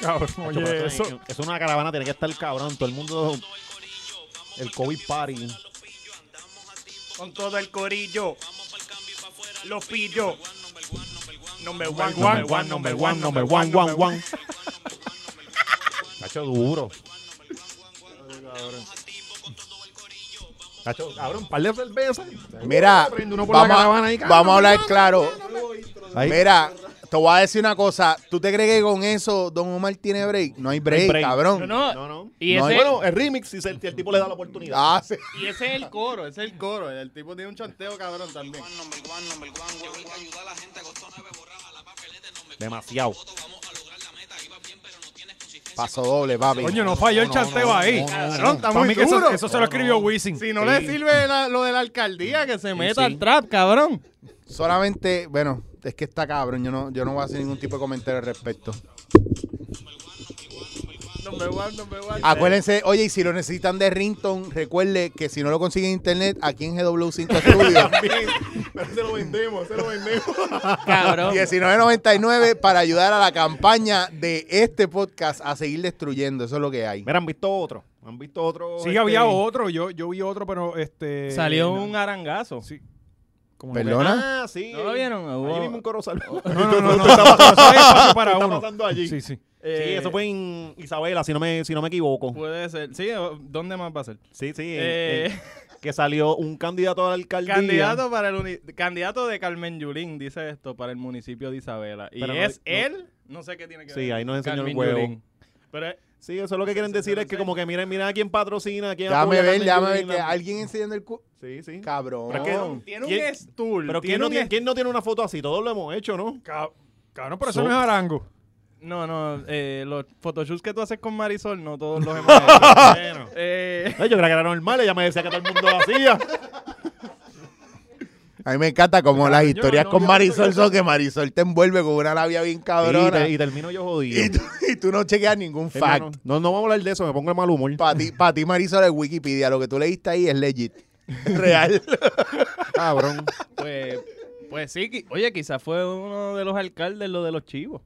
S3: Cabrón,
S2: Chacho, pero
S3: oye,
S2: eso
S3: eso.
S2: es- eso es una caravana, tiene que estar cabrón. Todo el mundo. El COVID party.
S5: Con todo el corillo. Los pillo. Number one,
S2: Number one, number one, number one, one, one. Cacho duro. Cacho, cabrón, un par de cervezas.
S1: Mira,
S2: Prende uno
S1: vamos,
S2: por la caravana ahí,
S1: a, vamos a hablar claro.
S2: Ahí.
S1: Mira, te voy a decir una cosa. ¿Tú te crees que con eso Don Omar tiene break? No hay break,
S2: break.
S1: cabrón.
S4: No,
S2: No, no.
S4: Y,
S1: No,
S4: ese,
S2: Bueno, el remix, si se- el, tipo le da la oportunidad.
S1: Ah, sí.
S4: y ese es el coro, ese es el coro. El tipo tiene un chanteo cabrón también.
S2: Demasiado.
S1: Paso doble, papi.
S3: Coño, no falló el chanteo ahí.
S4: Cabrón, está
S3: Para
S4: muy
S3: mí que eso,
S4: duro.
S3: eso se lo escribió Wisin.
S4: Si no le sirve la- lo de la alcaldía, que se meta al trap, cabrón.
S1: Solamente, bueno, es que está cabrón. Yo no, yo no voy a hacer ningún tipo de comentario al respecto.
S4: Number one, number one.
S1: Acuérdense, oye, y si lo necesitan de Rington, recuerde que si no lo consiguen en internet, aquí en GW5 Studios.
S2: Pero se lo vendemos, se lo vendemos.
S4: Cabrón.
S1: 19.99 para ayudar a la campaña de este podcast a seguir destruyendo. Eso es lo que hay.
S2: Mira, han visto otro. ¿Han visto otro?
S3: Sí,
S2: este,
S3: había otro. Yo, yo vi otro, pero este.
S4: Salió
S2: Eh,
S3: no,
S4: un arangazo.
S3: Sí. como que-
S1: Perdón. ¿Perdona?
S2: Ah, sí.
S4: ¿No lo vieron? Hubo-
S2: Ahí vimos un coro salvaje.
S3: No, no, no, no, no, eso es espacio para
S2: ¿Qué está
S3: uno.
S2: pasando allí?
S3: Sí, sí.
S2: Eh, sí, eso fue en Isabela, si no me, si no me equivoco.
S4: Puede ser. Sí, ¿dónde más va a ser?
S2: Sí, sí. en-
S4: Eh,
S2: en- que salió un candidato a la alcaldía.
S4: Candidato para el uni- candidato de Carmen Yulín, dice esto, para el municipio de Isabela. Y
S2: Pero no-
S4: es
S2: no-
S4: él, no sé qué tiene que
S2: Sí,
S4: ver.
S2: ahí nos enseñó el
S4: Carmen
S2: huevo.
S4: Yulín. Pero es-
S2: Sí, eso es lo que quieren decir, es que como que miren, miren a quién patrocina, a quién
S1: Déjame
S2: apoya
S1: ver,
S2: Carmen
S1: déjame ver que
S2: Yulín.
S1: alguien enseñando el cu...
S2: Sí, sí.
S1: Cabrón.
S2: Pero es que-
S4: tiene un
S2: ¿Quién-
S4: stool.
S2: Pero ¿quién
S4: tiene
S2: no,
S4: un
S2: tiene, quién no tiene una foto así? Todos lo hemos hecho, ¿no?
S3: Ca- Cabrón, pero eso
S2: So-
S3: no es arango.
S4: est- No, no, eh, los photoshoots que tú haces con Marisol, no todos los hemos hecho.
S2: Bueno.
S4: Eh,
S2: Yo creo que era normal, ella me decía que todo el mundo lo hacía.
S1: A mí me encanta como las
S3: Yo
S1: historias
S3: no,
S1: con
S3: yo-
S1: Marisol son que Marisol te envuelve con una labia bien
S2: y,
S1: cabrona.
S2: te- y termino yo jodido.
S1: Y tú, y tú no chequeas ningún
S2: Hermano,
S1: fact.
S2: No, no vamos a hablar de eso, me pongo el mal humor.
S1: Para ti, pa' ti, Marisol, es Wikipedia. Lo que tú leíste ahí es legit. Real.
S2: Cabrón.
S4: pues, pues sí, qui- oye, quizás fue uno de los alcaldes lo de los chivos.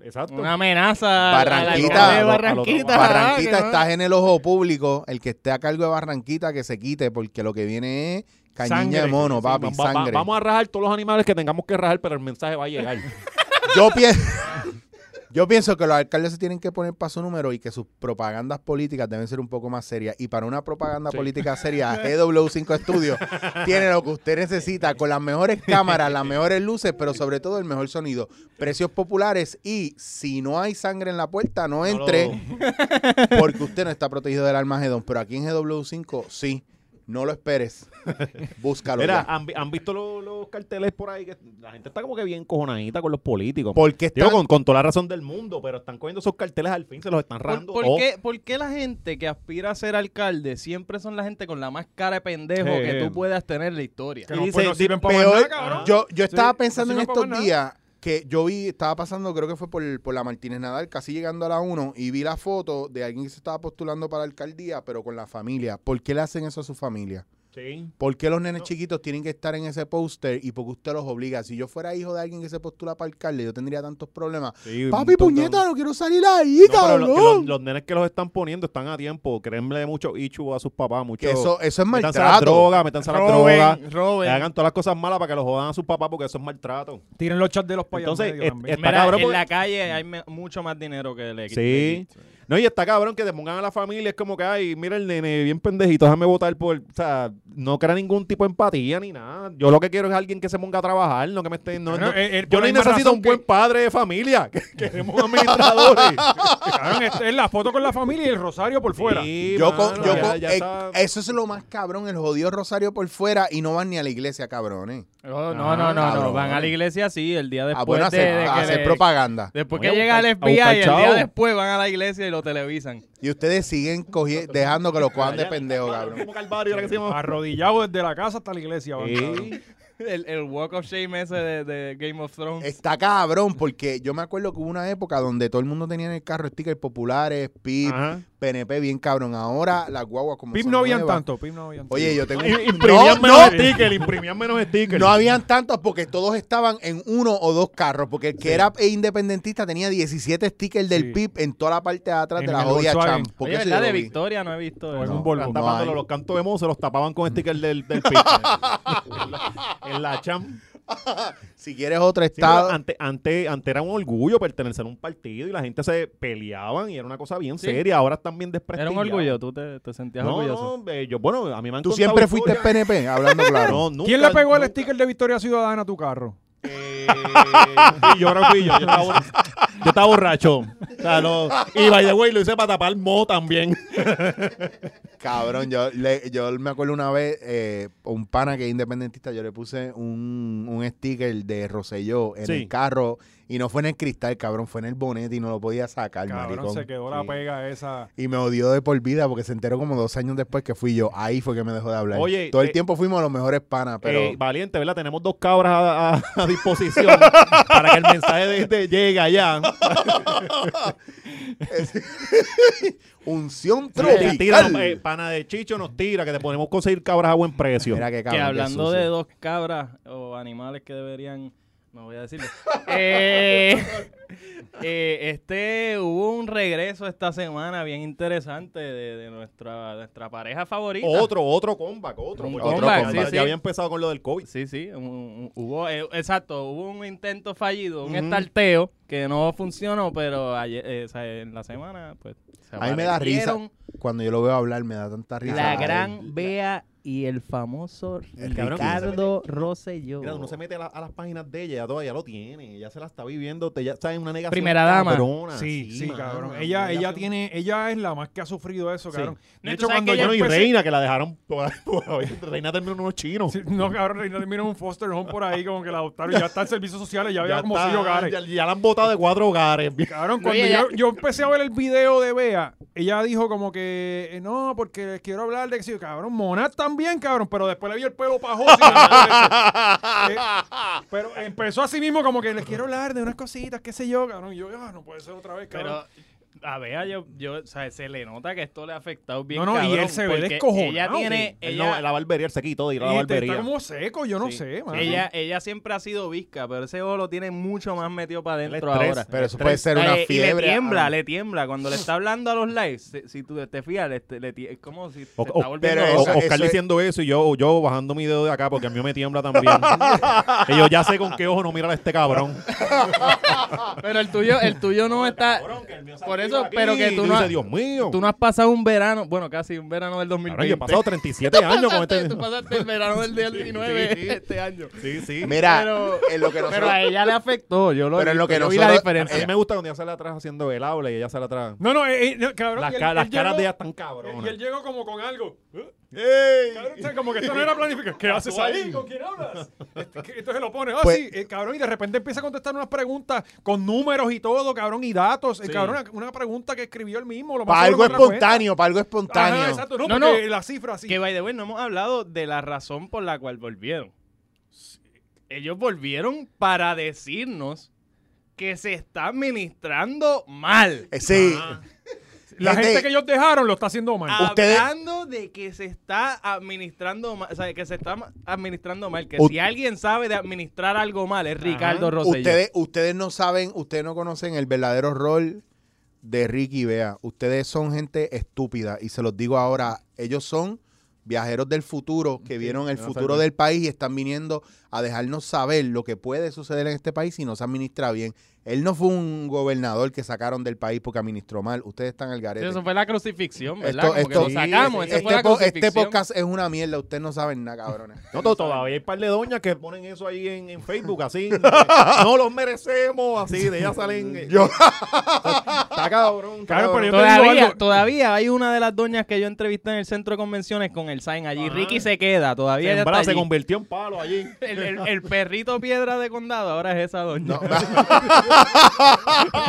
S2: Exacto.
S4: Una amenaza. al- al
S1: Barranquita.
S4: alcalde
S2: Al
S4: de
S2: otro- al otro-
S4: Barranquita. ajá,
S1: Barranquita
S4: que no-
S1: está en el ojo público. El que esté a cargo de Barranquita que se quite porque lo que viene es cañiña
S2: Sangre.
S1: de mono,
S2: Sí,
S1: papi.
S2: va- va-
S1: sangre.
S2: vamos a rajar todos los animales que tengamos que rajar, pero el mensaje va a llegar.
S1: Yo pienso. Yo pienso que los alcaldes se tienen que poner para su número y que sus propagandas políticas deben ser un poco más serias. Y para una propaganda política seria, E GW5 Studios tiene lo que usted necesita con las mejores cámaras, las mejores luces, pero sobre todo el mejor sonido. Precios populares y si no hay sangre en la puerta, no
S2: No lo-
S1: entre porque usted no está protegido del Armagedón. Pero aquí en GW5 sí, no lo esperes. Búscalo.
S2: Mira,
S1: ya.
S2: ¿han, vi- han visto lo- los carteles por ahí? que La gente está como que bien cojonadita con los políticos.
S1: Porque está
S2: Digo, con, con toda la razón del mundo, pero están cogiendo esos carteles al fin, se los están
S4: ¿Por,
S2: rajando.
S4: por
S2: Oh,
S4: qué, por qué la gente que aspira a ser alcalde siempre son la gente con la más cara de pendejo
S2: Sí.
S4: que tú puedas tener en la historia?
S3: Que
S2: Y
S3: no, pues,
S2: dice, ah.
S3: no sirven para
S1: peor,
S3: nada, cabrón.
S1: yo, yo estaba
S3: Sí,
S1: pensando
S3: así
S1: en
S3: no pago
S1: estos
S3: nada.
S1: días que yo vi, estaba pasando, creo que fue por, por la Martínez Nadal, casi llegando a la 1, y vi la foto de alguien que se estaba postulando para la alcaldía, pero con la familia. ¿Por qué le hacen eso a su familia?
S2: Sí.
S1: ¿Por qué los nenes chiquitos tienen que estar en ese póster y por qué usted los obliga? Si yo fuera hijo de alguien que se postula para alcalde, yo tendría tantos problemas.
S2: sí,
S1: Papi,
S2: un montón-
S1: puñeta, no quiero salir ahí,
S2: No, pero lo-
S1: cabrón.
S2: que los, los nenes que los están poniendo están a tiempo. Créanle mucho ichu a sus papás, mucho.
S1: Que eso, eso es
S2: métanse a la
S1: maltrato.
S2: droga, métanse a la droga.
S4: Roben,
S2: Que
S4: roben.
S2: hagan todas las cosas malas para que los jodan a sus papás porque eso es maltrato.
S3: Tiren los chats de los payasos.
S2: Entonces,
S3: medio
S2: es-
S3: también.
S2: es-
S4: Mira,
S2: cabrón,
S4: en
S2: porque-
S4: la calle hay me- mucho más dinero que el equipo.
S2: Sí. No, y está cabrón que te pongan a la familia, es como que, ay, mira el nene, bien pendejito, déjame votar por. O sea, no crea ningún tipo de empatía ni nada. Yo lo que quiero es alguien que se ponga a trabajar, no que me esté. No,
S3: Bueno,
S2: no-
S3: eh, eh,
S2: yo no
S3: por la misma
S2: necesito
S3: razón
S2: un buen
S3: que-
S2: padre de familia. que- Queremos administradores.
S3: Cabrón, este es- es la foto con la familia y el rosario por fuera.
S2: Sí,
S1: Yo con-
S2: mano,
S1: yo
S2: ya-
S1: con-
S2: ya
S1: eh,
S2: está-
S1: eso es lo más cabrón, el jodido Rosario por fuera y no van ni a la iglesia, cabrones.
S4: no, Oh, no, no, no,
S1: cabrón.
S4: Van a la iglesia, sí, el día después
S1: Ah, bueno,
S4: de,
S1: hacer,
S4: de que
S1: hacer
S4: le-
S1: propaganda.
S4: Después
S2: Voy a
S4: que llega
S2: buscar- a
S4: el FBI, el
S2: buscar
S4: día
S2: chavo.
S4: después van a la iglesia y lo televisan.
S1: Y ustedes siguen cogi- dejando que lo cojan de pendejo, cabrón.
S2: Como Calvario, la que se llama.
S3: Arrodillado desde la casa hasta la iglesia. van, cabrón.
S2: Sí.
S4: El, el Walk of Shame ese de, de Game of Thrones.
S1: Está cabrón, porque yo me acuerdo que hubo una época donde todo el mundo tenía en el carro stickers populares, PIP,
S2: Ajá.
S1: PNP, bien cabrón. Ahora las guaguas como
S3: Pip
S1: son
S3: no habían
S1: nuevas-
S3: tanto. Pip no habían tanto.
S1: Oye, yo tengo...
S2: I-
S1: No,
S2: Imprimían menos
S1: no,
S2: stickers, imprimían menos stickers.
S1: no habían tantos porque todos estaban en uno o dos carros, porque el que era independentista tenía 17 stickers del
S3: Sí.
S1: PIP en toda la parte de atrás de
S3: En
S1: la
S3: el
S1: jodida
S3: Volkswagen.
S1: champ.
S4: Oye,
S1: Porque eso
S4: ¿verdad?
S1: yo
S4: De
S1: lo vi.
S4: Victoria no he visto.
S3: O en
S4: eso.
S3: un Volvo.
S2: Están
S1: No
S2: tapándolo,
S1: hay.
S2: los cantos de mozo, se los tapaban con stickers del, del pico. en, la, en la champ.
S1: Si quieres otro
S2: Sí, pero
S1: estado...
S2: ante, ante, ante era un orgullo pertenecer a un partido y la gente se peleaban y era una cosa bien
S4: Sí.
S2: seria. Ahora están bien
S4: Era
S2: desprestigiados.
S4: un orgullo, tú te, te sentías
S2: No,
S4: orgulloso.
S2: no, eh, yo, bueno, a mí me han
S1: Tú
S2: contado
S1: siempre fuiste
S2: historias-
S1: PNP, hablando claro.
S2: No, nunca,
S3: ¿Quién le pegó el
S2: nunca.
S3: sticker de Victoria Ciudadana a tu carro?
S2: Eh, fui yo creo que fui yo. Yo estaba, bor- yo estaba borracho. O sea, lo- y by the way, lo hice para tapar mo también.
S1: Cabrón, yo, le- yo me acuerdo una vez, eh, un pana que es independentista, yo le puse un, un sticker de Roselló en
S2: Sí.
S1: el carro y no fue en el cristal, cabrón, fue en el bonete y no lo podía sacar,
S3: Cabrón,
S1: maricón.
S3: se quedó la
S1: Sí.
S3: pega esa.
S1: Y me odió de por vida porque se enteró como dos años después que fui yo. Ahí fue que me dejó de hablar.
S2: Oye,
S1: Todo el
S2: eh,
S1: tiempo fuimos los mejores panas, pero...
S2: Eh, valiente, ¿verdad? Tenemos dos cabras a, a- a disposición para que el mensaje de este llegue allá.
S1: Unción
S2: Te tira,
S1: tropical.
S2: eh, pana de chicho nos tira, que te podemos conseguir cabras a buen precio.
S1: Mira qué cabrón,
S4: que
S1: qué
S4: hablando
S1: sucio.
S4: de dos cabras o animales que deberían No voy a decirlo. Eh, eh, este hubo un regreso esta semana bien interesante de, de nuestra, nuestra pareja favorita.
S2: Otro, otro comeback, otro.
S4: Un
S2: porque
S4: comeback,
S2: otro
S4: sí, sí.
S2: Ya había empezado con lo del COVID.
S4: Sí, sí, un- un- hubo, eh, exacto, hubo un intento fallido, un estarteo que no funcionó, pero ayer, eh, o sea, en la semana, pues, se
S1: A mí me da risa.
S4: aparecieron
S1: Cuando yo lo veo hablar, me da tanta risa.
S4: La
S1: Ay,
S4: gran Bea y el famoso
S2: El cabrón que se
S4: Ricardo Rosselló.
S2: Mira, uno se mete a, la- a las páginas de ella, ya todavía lo tiene, ella se la está viviendo, te- ya está en una negación.
S4: Primera dama.
S2: cabrona,
S3: Sí, sí,
S2: Ah, mano,
S3: cabrón.
S2: una
S3: Ella, ella
S2: negación.
S3: tiene, ella es la más que ha sufrido eso,
S2: Sí.
S3: cabrón.
S4: No,
S3: De
S4: y tú
S3: hecho,
S4: sabes
S3: cuando
S4: que
S3: yo
S2: Bueno, y
S3: empecé-
S2: Reina, que la dejaron. Reina terminó en unos chinos.
S3: Sí, no, cabrón, Reina terminó en un foster home por ahí, como que la adoptaron. y Ya está en servicios sociales, ya había como
S2: está,
S3: si hogares.
S2: ya- ya la han botado de cuatro hogares. bien.
S3: Cabrón,
S4: No,
S3: cuando
S4: y ella-
S3: yo, yo empecé a ver el video de Bea, ella dijo como que eh, no, porque les quiero hablar de que sí, cabrón, Monat también, cabrón, pero después le vi el pelo pajo. "Eh", pero empezó así mismo como que les quiero hablar de unas cositas, qué sé yo, cabrón. Y yo, ah, no puede ser otra vez, cabrón.
S4: Pero a Bea, yo, yo, o sea, se le nota que esto le ha afectado bien.
S3: No, no, y
S4: cabrón,
S3: él se ve
S4: porque
S3: descojonado.
S4: Ella tiene.
S2: Él
S4: ella-
S2: no, en la barbería, él se quitó de ir a la
S3: Y te- Eh, está
S2: barbería.
S3: como seco, yo no
S4: sí,
S3: sé,
S4: sí.
S3: mano.
S4: ella, ella siempre ha sido visca, pero ese ojo lo tiene mucho más metido para
S2: El
S4: adentro
S2: estrés,
S4: ahora.
S1: Pero eso puede ser
S4: Eh,
S1: una
S4: y le
S1: fiebre.
S4: tiembla,
S1: ah.
S4: le tiembla. Cuando le está hablando a los lives, si, si tú te fijas, le, le tie- es como si se
S2: O-
S4: está
S2: o-
S4: volviendo
S1: pero
S2: O-
S4: loco.
S1: eso-
S2: Oscar diciendo eso y yo, yo bajando mi dedo de acá porque a mí me tiembla también. y yo ya sé con qué ojo no mirar a este cabrón.
S4: Pero el tuyo, el tuyo no está. Por eso, pero que tú no,
S2: dices,
S4: has,
S2: Dios mío.
S4: tú no has pasado un verano, bueno, casi un verano del
S2: Cabrón, yo he
S4: 2020.
S2: pasado 37 años con este.
S4: Tú pasaste el verano del 19
S2: Sí, sí.
S4: este año.
S2: Sí, sí.
S1: Mira,
S4: Pero-
S1: en lo que
S4: Pero
S1: nosotros...
S4: a ella le afectó, yo lo,
S1: Pero es lo que
S4: yo vi la
S1: nosotros- eh,
S4: diferencia.
S2: A mí me gusta cuando ella sale atrás haciendo el aula y ella sale atrás.
S3: No, no, eh, eh, no, cabrón.
S2: Las,
S3: y él-
S2: ca-
S3: él
S2: las caras
S3: llegó-
S2: de ella están
S3: Y él
S2: cabronas.
S3: llegó como con algo. ¿Eh?
S2: ¡Ey!
S3: Cabrón, o sea, como que esto no era planificado. ¿Qué haces ahí? ¿Con quién hablas? Este, que- Entonces lo pones, ah,
S1: Pues-
S3: sí, eh, cabrón, y de repente empieza a contestar unas preguntas con números y todo, cabrón, y datos. Eh, cabrón, una, una pregunta que escribió él mismo. Lo más
S1: Para algo
S3: seguro que no era
S1: espontáneo, para algo
S3: cuenta. Ajá,
S1: espontáneo.
S3: exacto, no,
S4: No,
S3: porque
S4: no.
S3: la cifra así.
S4: Que by the way, no hemos hablado de la razón por la cual volvieron. Ellos volvieron para decirnos que se está administrando mal.
S1: Eh, sí.
S3: La
S1: Gente-
S3: gente que ellos dejaron lo está haciendo mal.
S1: Ah. Ustedes-
S4: Hablando de que se está administrando mal, o sea, que se está ma- administrando mal, que
S1: U-
S4: si alguien sabe de administrar algo mal es Ricardo Rosselló.
S1: Ustedes, ustedes no saben, ustedes no conocen el verdadero rol de Ricky y Bea. Ustedes son gente estúpida y se los digo ahora, ellos son viajeros del futuro que vieron el
S2: no
S1: futuro
S2: saben.
S1: del país y están viniendo a dejarnos saber lo que puede suceder en este país si no se administra bien. Él no fue un gobernador que sacaron del país porque administró mal. Ustedes están al garete.
S4: Eso fue la crucifixión, ¿verdad?
S1: Esto-
S4: Como
S1: esto-
S4: que lo sacamos,
S1: este,
S4: esa fue la
S1: po- este
S4: crucifixión.
S1: podcast es una mierda. Ustedes no saben nada, cabrones.
S2: No, to- todavía hay un par de doñas que ponen eso ahí en, en Facebook, así. de, no los merecemos, así. De ellas salen. eh,
S1: Yo-
S2: Está cabrón. está
S3: Claro,
S2: cabrón.
S3: pero yo te digo
S4: Todavía,
S3: algo.
S4: todavía hay una de las doñas que yo entrevisté en el centro de convenciones con el sign allí. Ricky se queda, todavía ella
S2: Sembra
S4: está
S2: se
S4: allí.
S2: convirtió en palo allí.
S4: El, el- el perrito piedra de condado ahora es esa doña.
S1: No,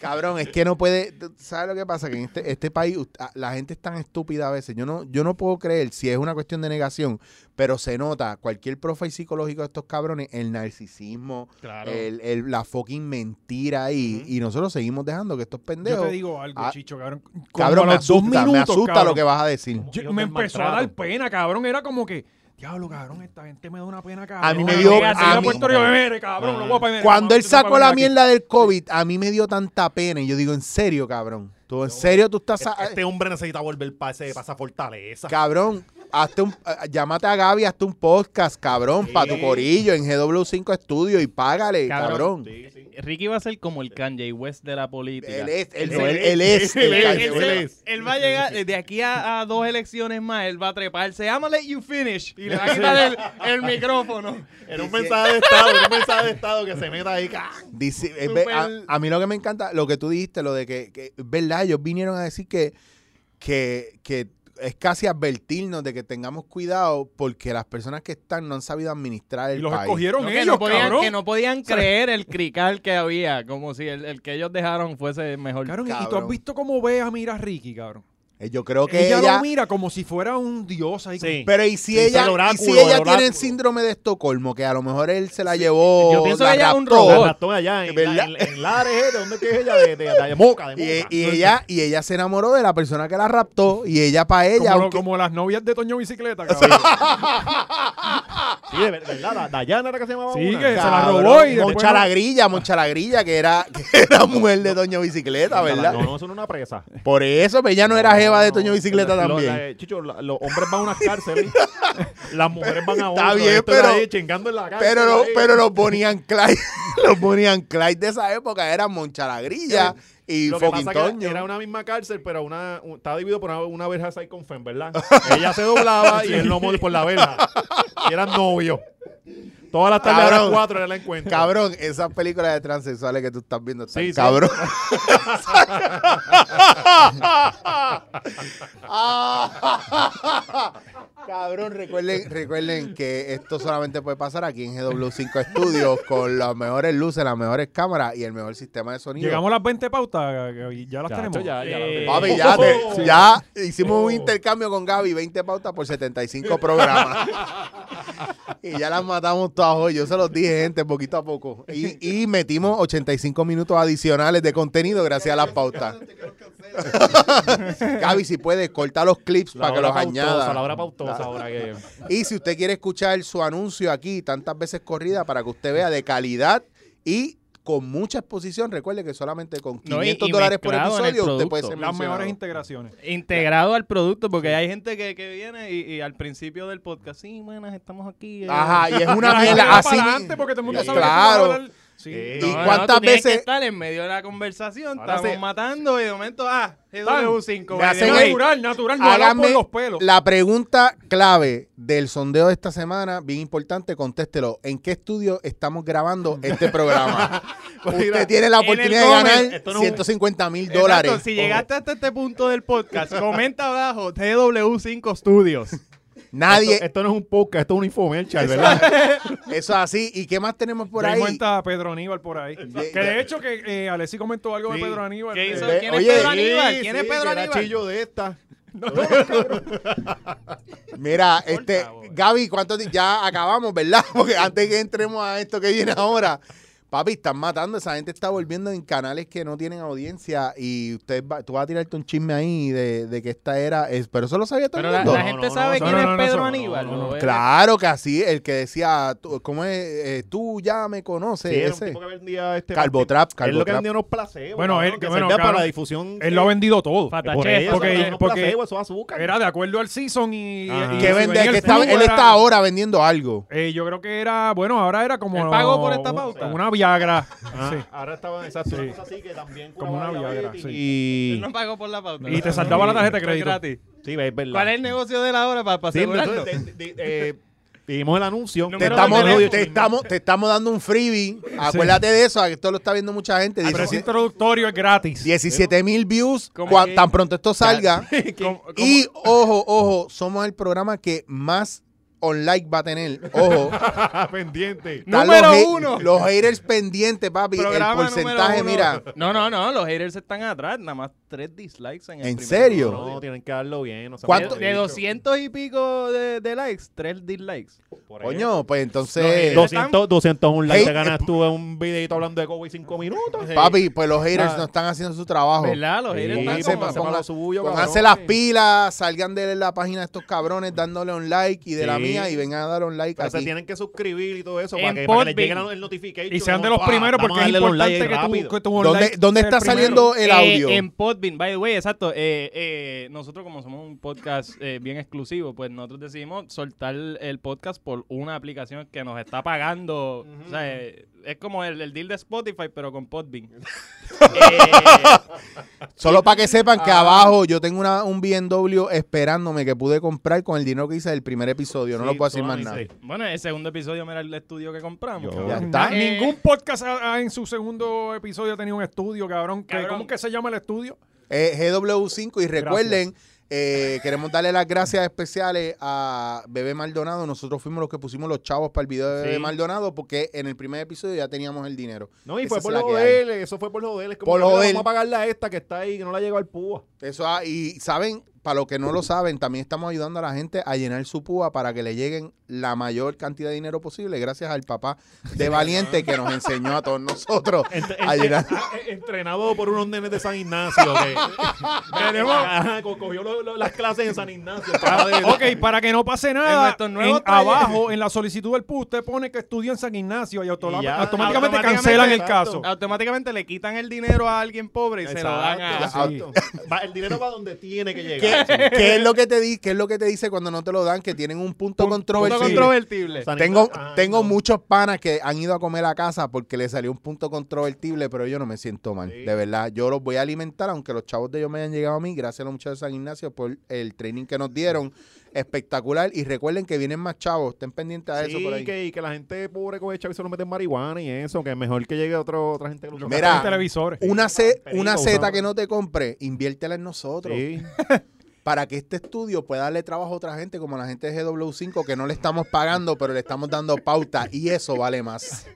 S1: Cabrón, es que no puede. tú ¿Sabes lo que pasa? Que en este, este país ust- a- la gente es tan estúpida a veces. Yo no, yo no puedo creer si es una cuestión de negación, pero se nota cualquier profe psicológico de estos cabrones, el narcisismo,
S4: Claro.
S2: Eh,
S1: el, el- la fucking mentira ahí. Y nosotros seguimos dejando que estos
S3: Yo
S1: pendejos.
S3: te digo algo,
S1: Ah,
S3: Chicho, cabrón. Cuando
S1: cabrón,
S3: a
S1: me
S3: los dos
S1: asusta, me
S3: minutos,
S1: asusta
S3: cabrón,
S1: lo que vas a decir.
S3: yo-
S2: Hijos
S3: me
S2: del
S3: empezó a
S2: maltrato.
S3: dar pena, cabrón. Era como que, diablo, cabrón, esta gente me da una pena, cabrón.
S1: mí me dio-
S3: Llega así
S1: a
S3: a
S1: mí-
S3: Puerto Rico, "Mire, cabrón, no voy a pagar".
S1: Cuando
S3: Mamá,
S1: él
S3: tú no
S1: sacó
S3: pagas
S1: la
S3: aquí.
S1: mierda del COVID, a mí me dio tanta pena. Y yo digo, ¿en serio, cabrón? ¿Tú en serio tú estás.? sa-
S2: Este hombre necesita volver para esa fortaleza.
S1: Cabrón, hazte un, ah, llámate a Gaby, hazte un podcast, cabrón, para tu corillo en GW5 Studio y págale, cabrón.
S4: Cabrón. Ricky va a ser como el Kanye West de la política.
S1: Él es, él,
S4: Él
S1: no,
S4: se-
S1: él- él es,
S4: Él,
S1: el
S4: él
S1: Kanye
S4: se-
S1: West.
S4: él va a llegar de aquí a, a dos elecciones más. Él va a treparse. I'm let you finish. Y le va a quitar el, el micrófono.
S2: Era un mensaje de Estado, era un mensaje de Estado que se meta ahí. ca-
S1: Dice- es ve- a, a mí lo que me encanta, lo que tú dijiste, lo de que, que es verdad, ellos vinieron a decir que, que, que es casi advertirnos de que tengamos cuidado porque las personas que están no han sabido administrar
S3: Y
S1: el
S3: los
S1: país.
S3: escogieron
S4: No, que,
S3: ellos,
S4: no podían,
S3: cabrón.
S4: que no podían creer el crical que había. Como si el, el que ellos dejaron fuese mejor.
S3: Cabrón, y tú
S1: Cabrón.
S3: has visto cómo ve a mira a Ricky, cabrón.
S1: Eh, Yo creo que
S3: ella,
S1: ella...
S3: lo mira como si fuera un dios ahí.
S2: Sí.
S1: pero y si
S2: Sí,
S1: ella,
S2: el oráculo,
S1: y si ella
S2: el
S1: tiene el
S2: oráculo.
S1: síndrome de Estocolmo, que a lo mejor él se la llevó,
S4: Yo pienso
S1: la
S4: que ella es un
S1: raptó.
S4: robot.
S2: La ratón allá en,
S1: Oh. ¿Verdad?
S2: en, en Lares, ¿eh? ¿de dónde que es ella? De, de, de, Moca, de
S1: Y,
S2: Moca.
S1: y ella, y ella se enamoró de la persona que la raptó y ella para
S3: Como,
S1: ella,
S3: lo-
S1: aunque-
S3: como las novias de Toño Bicicleta, cabrón.
S2: Sí, de ver- de verdad, Da- Dayana era que se llamaba
S3: Sí,
S2: una.
S3: que- se la
S1: Cabrón,
S3: robó y después no-
S1: Monchalagrilla, Monchalagrilla, que era, que era mujer de Doña Bicicleta, ¿verdad?
S2: No, no, eso no es una presa.
S1: Por eso, pero ella no era jeva de Toño Bicicleta
S2: Lo-
S1: también.
S2: la- eh, Chicho, la- los hombres van a unas cárceles, las mujeres van a
S1: Está
S2: otras.
S1: bien,
S2: esto era
S1: pero-
S2: ahí chingando en la cárcel.
S1: Pero, lo-
S2: ahí.
S1: pero los Bonnie and Clyde, los Bonnie and Clyde de esa época eran Monchalagrilla y
S2: Lo que
S1: fucking
S2: pasa que
S1: Toño.
S2: era una misma cárcel, pero una, un- estaba dividido por una, una verja de Confen, ¿verdad? Ella se doblaba y él no por la verja. Y eran novios. Todas las tardes a las
S1: Cabrón.
S2: cuatro era el encuentro.
S1: Cabrón, esas películas de transexuales que tú estás viendo están
S2: Sí, sí.
S1: cabrón. Ah, cabrón, recuerden, recuerden que esto solamente puede pasar aquí en GW5 Studios con las mejores luces, las mejores cámaras y el mejor sistema de sonido.
S3: Llegamos a las 20 pautas, Gaby, ya las
S2: Chacho,
S3: tenemos.
S2: ya, ya la
S4: Eh,
S2: tenemos.
S1: Papi, ya, te-
S2: Sí.
S1: ya hicimos
S2: Oh.
S1: un intercambio con Gaby, 20 pautas por 75 programas. y ya las matamos todas hoy. Yo se los dije, gente, poquito a poco. Y, y metimos 85 minutos adicionales de contenido gracias a las pautas. Gaby, si puede, corta los clips
S2: La
S1: para que
S2: hora
S1: los
S2: pautosa,
S1: añada.
S2: La hora pautosa ahora que...
S1: Y si usted quiere escuchar su anuncio aquí tantas veces corrida para que usted vea de calidad y con mucha exposición, recuerde que solamente con
S4: No, y-
S1: 500
S4: y
S1: dólares por
S4: mezclado en el
S1: episodio usted puede ser
S4: producto.
S3: Las mejores
S1: mencionado.
S3: integraciones.
S4: Integrado al producto, porque hay gente que, que viene y, y al principio del podcast, sí, buenas, estamos aquí. eh".
S1: Ajá, y es una
S3: La gente
S1: mela
S3: va
S1: así.
S3: para adelante porque todo el mundo
S1: Sí,
S3: sabe que tú
S1: claro.
S3: vas a hablar. Sí.
S2: Eh,
S1: ¿Y
S4: No, no,
S1: cuántas
S4: tú tienes que
S1: veces-
S4: estar en medio de la conversación,
S2: Ahora
S4: estamos
S2: sí.
S4: matando y de momento, ah, GW5.
S1: Me
S4: by the
S1: hacen
S4: way.
S1: el-
S3: natural, natural, no hagas
S1: Háganme
S3: por los pelos.
S1: la pregunta clave del sondeo de esta semana, bien importante, contéstelo. ¿En qué estudio estamos grabando este programa? Usted tiene la
S4: en el
S1: oportunidad de
S4: comment,
S1: ganar
S2: esto no es un-
S1: 150 mil
S4: Exacto,
S1: dólares.
S4: si llegaste hasta este punto del podcast, comenta abajo TW5 Studios.
S1: Nadie,
S2: Esto, esto no es un podcast, esto es un infomercial, ¿verdad?
S1: eso es así. ¿Y qué más tenemos por
S3: Ten
S1: ahí?
S3: cuenta a Pedro Aníbal por ahí. Que de hecho que eh, Alexi comentó algo
S2: Sí.
S3: de Pedro Aníbal.
S4: ¿Qué
S3: eh,
S4: hizo?
S1: Ve-
S4: ¿Quién es
S1: oye,
S4: Pedro Aníbal?
S2: Sí,
S4: ¿Quién
S2: sí,
S4: es Pedro
S2: que era
S4: Aníbal?
S2: chillo de esta.
S1: Mira, este,
S4: favor.
S1: Gaby, ¿cuántos di- ya acabamos, verdad? Porque antes que entremos a esto que viene ahora, papi, están matando, esa gente está volviendo en canales que no tienen audiencia y usted va, tú vas a tirarte un chisme ahí de, de que esta era, es, pero eso lo sabía todo
S4: Pero
S1: el
S4: la,
S1: mundo.
S4: la gente
S2: no,
S4: sabe
S3: no,
S4: quién
S3: no,
S4: es
S3: no, no,
S4: Pedro
S3: no,
S4: Aníbal.
S3: no, no,
S4: ¿no?
S3: no.
S4: Eh,
S1: Claro que así, el que decía, tú- ¿cómo es? Eh, tú ya me conoces,
S2: Sí, era un
S1: ese.
S2: tipo que vendía este...
S1: Calvotrap,
S2: Es lo que
S1: Calvotrap.
S2: vendía unos placebos.
S3: Bueno,
S2: cabrón,
S3: él-
S2: que
S3: bueno,
S2: servía para
S3: cabrón,
S2: la difusión.
S3: Él lo ha vendido todo.
S4: Fatachef,
S2: Por eso,
S3: porque-
S2: eran unos
S3: porque-
S2: placebos, eso es azúcar.
S3: Era de acuerdo al season y... eh,
S2: Ajá.
S3: y-
S1: Que
S3: y-
S1: vende-
S3: venía
S1: que
S3: el
S1: está-
S3: jugo,
S1: él
S3: era-
S1: está ahora vendiendo algo.
S3: eh, yo creo que era... Bueno, ahora era como...
S4: ¿Él pagó por esta pauta?
S3: como Una Viagra.
S2: Ah,
S3: Sí.
S2: Ahora estaban exacto,
S3: Sí.
S2: una cosa así que también
S3: Como
S2: curaba
S3: una
S2: diabetes
S3: Viagra, sí.
S2: Y...
S4: No pagó por la pauta.
S3: Y te saldaba la tarjeta de
S4: Fue
S3: crédito.
S4: Ah. gratis.
S2: Sí, es verdad.
S4: ¿Cuál es el negocio de la hora para
S2: Sí,
S4: pasar?
S2: entonces, de- de- eh, dijimos el anuncio.
S4: Número
S1: Te
S4: de
S1: estamos,
S4: teléfono.
S1: te, estamos, te estamos dando un freebie. Acuérdate de eso, a que esto lo está viendo mucha gente.
S3: Ah, Pero
S1: Dice-
S3: ese introductorio es gratis.
S1: 17 mil views
S4: ¿Cómo
S1: cua-
S4: que?
S1: tan pronto esto salga. Y ojo, ojo, somos el programa que más online va a tener. Ojo.
S2: pendiente.
S1: Están
S4: Número
S1: los hate-
S4: uno.
S1: Los haters pendientes, papi. el
S4: Programa
S1: porcentaje,
S4: número uno.
S1: mira.
S4: No, no, no, los haters están atrás, nada más tres dislikes en el
S1: ¿En
S4: primer
S1: serio?
S4: episodio.
S2: No, tienen que darlo bien. o sea,
S1: ¿Cuánto?
S4: De- De 200 y pico de, de likes, tres dislikes.
S2: Por ahí.
S1: Coño, pues
S4: Los
S1: entonces.
S4: haters.
S2: 200, 201 likes
S1: Hey,
S2: te ganas tú en un videito hablando de Kobe 5 minutos.
S1: Papi, pues los haters
S4: Ah.
S1: no están haciendo su trabajo.
S4: ¿Verdad? Los
S2: Sí,
S4: haters
S1: Pónganse pa-
S4: están como...
S2: pónganse para lo suyo,
S1: Pónganse
S2: cabrón.
S1: las pilas, salgan de la página de estos cabrones dándole un like y de la
S2: Sí.
S1: mía y vengan a dar un like
S2: Pero se
S1: aquí.
S2: tienen que suscribir y todo eso
S4: En
S2: para que, para que les
S4: Podbean.
S2: llegue la- el notification.
S3: Y sean de los
S2: Ah,
S3: primeros
S2: vamos
S3: porque
S2: a
S3: es
S2: darle los likes
S3: importante que
S2: rápido.
S3: tú, que tu
S1: ¿Dónde,
S3: online
S1: dónde
S3: sea el
S1: está
S3: primero.
S1: saliendo el
S4: Eh,
S1: audio?
S4: en Podbean, by the way, exacto. Eh, eh, nosotros, como somos un podcast eh, bien exclusivo, pues nosotros decidimos soltar el podcast por una aplicación que nos está pagando. O sea, eh, es como el, el deal de Spotify, pero con Podbean. Eh,
S2: Este
S1: Solo para que sepan
S2: ah.
S1: que abajo yo tengo una, un BMW esperándome que pude comprar con el dinero que hice del primer episodio. No
S2: Sí,
S1: lo puedo decir más nada.
S2: solamente.
S4: Bueno, el segundo episodio, mira el estudio que compramos.
S2: Yo-
S4: cabrón.
S1: Ya
S3: Na-
S1: está.
S4: Eh,
S3: Ningún podcast ha- ha- en su segundo episodio ha tenido un estudio, cabrón. que-
S4: Cabrón.
S3: ¿Cómo que se llama el estudio?
S1: Eh, GW5 y recuerden, eh, queremos darle las gracias especiales a Bebé Maldonado. Nosotros fuimos los que pusimos los chavos para el video de Bebé
S2: Sí.
S1: Maldonado porque en el primer episodio ya teníamos el dinero.
S2: No, y
S1: Esa
S2: fue
S1: es
S2: por
S1: la que
S2: joder, eso fue por joder. Es como
S1: Por
S2: que, mira,
S1: joder.
S2: Vamos a pagarle a esta que está ahí, que no la llegó al púa.
S1: Eso ah, y saben, para los que no lo saben, también estamos ayudando a la gente a llenar su púa para que le lleguen la mayor cantidad de dinero posible, gracias al papá de Valiente que nos enseñó a todos nosotros a llenar.
S2: Ah, eh, Entrenado por unos nenes de San Ignacio. que- Ajá, co- cogió lo- lo- las clases en San Ignacio. para de-
S3: Ok, para que no pase
S4: En
S3: nada,
S4: nuestros nuevos
S3: en-
S4: talleres.
S3: abajo en la solicitud del PU, usted pone que estudia en San Ignacio y, autola-
S2: Y ya.
S3: automáticamente,
S4: Automáticamente,
S3: cancelan el
S2: exacto.
S3: caso.
S4: Automáticamente le quitan el dinero a alguien pobre y se lo dan a...
S2: Exacto,
S1: sí.
S2: exacto. Va- el dinero va donde tiene que
S1: ¿Qué,
S2: llegar.
S1: qué es lo que te di, ¿Qué es lo que te dice cuando no te lo dan? Que tienen un punto
S4: Punto
S1: controversial.
S4: controvertible.
S2: San
S1: Tengo,
S2: Ignacio- ah,
S1: tengo
S2: no.
S1: muchos panas que han ido a comer a casa porque le salió un punto controvertible, pero yo no me siento mal. De verdad, yo los voy a alimentar, aunque los chavos de ellos me hayan llegado a mí. Gracias a los muchachos de San Ignacio por el training que nos dieron. Espectacular. Y recuerden que vienen más chavos. Estén pendientes a eso
S2: Sí,
S1: por ahí.
S2: que, y que la gente pobre coge chavo y se lo mete en marihuana y eso, que es mejor que llegue otro, otra gente que lo
S1: Mira,
S3: Los televisores.
S1: Una, ce-
S2: Perico,
S1: una Z
S2: cabrón.
S1: que no te compre, inviértela en nosotros.
S2: Sí.
S1: Para que este estudio pueda darle trabajo a otra gente, como la gente de GW5, que no le estamos pagando, pero le estamos dando pauta. Y eso vale más.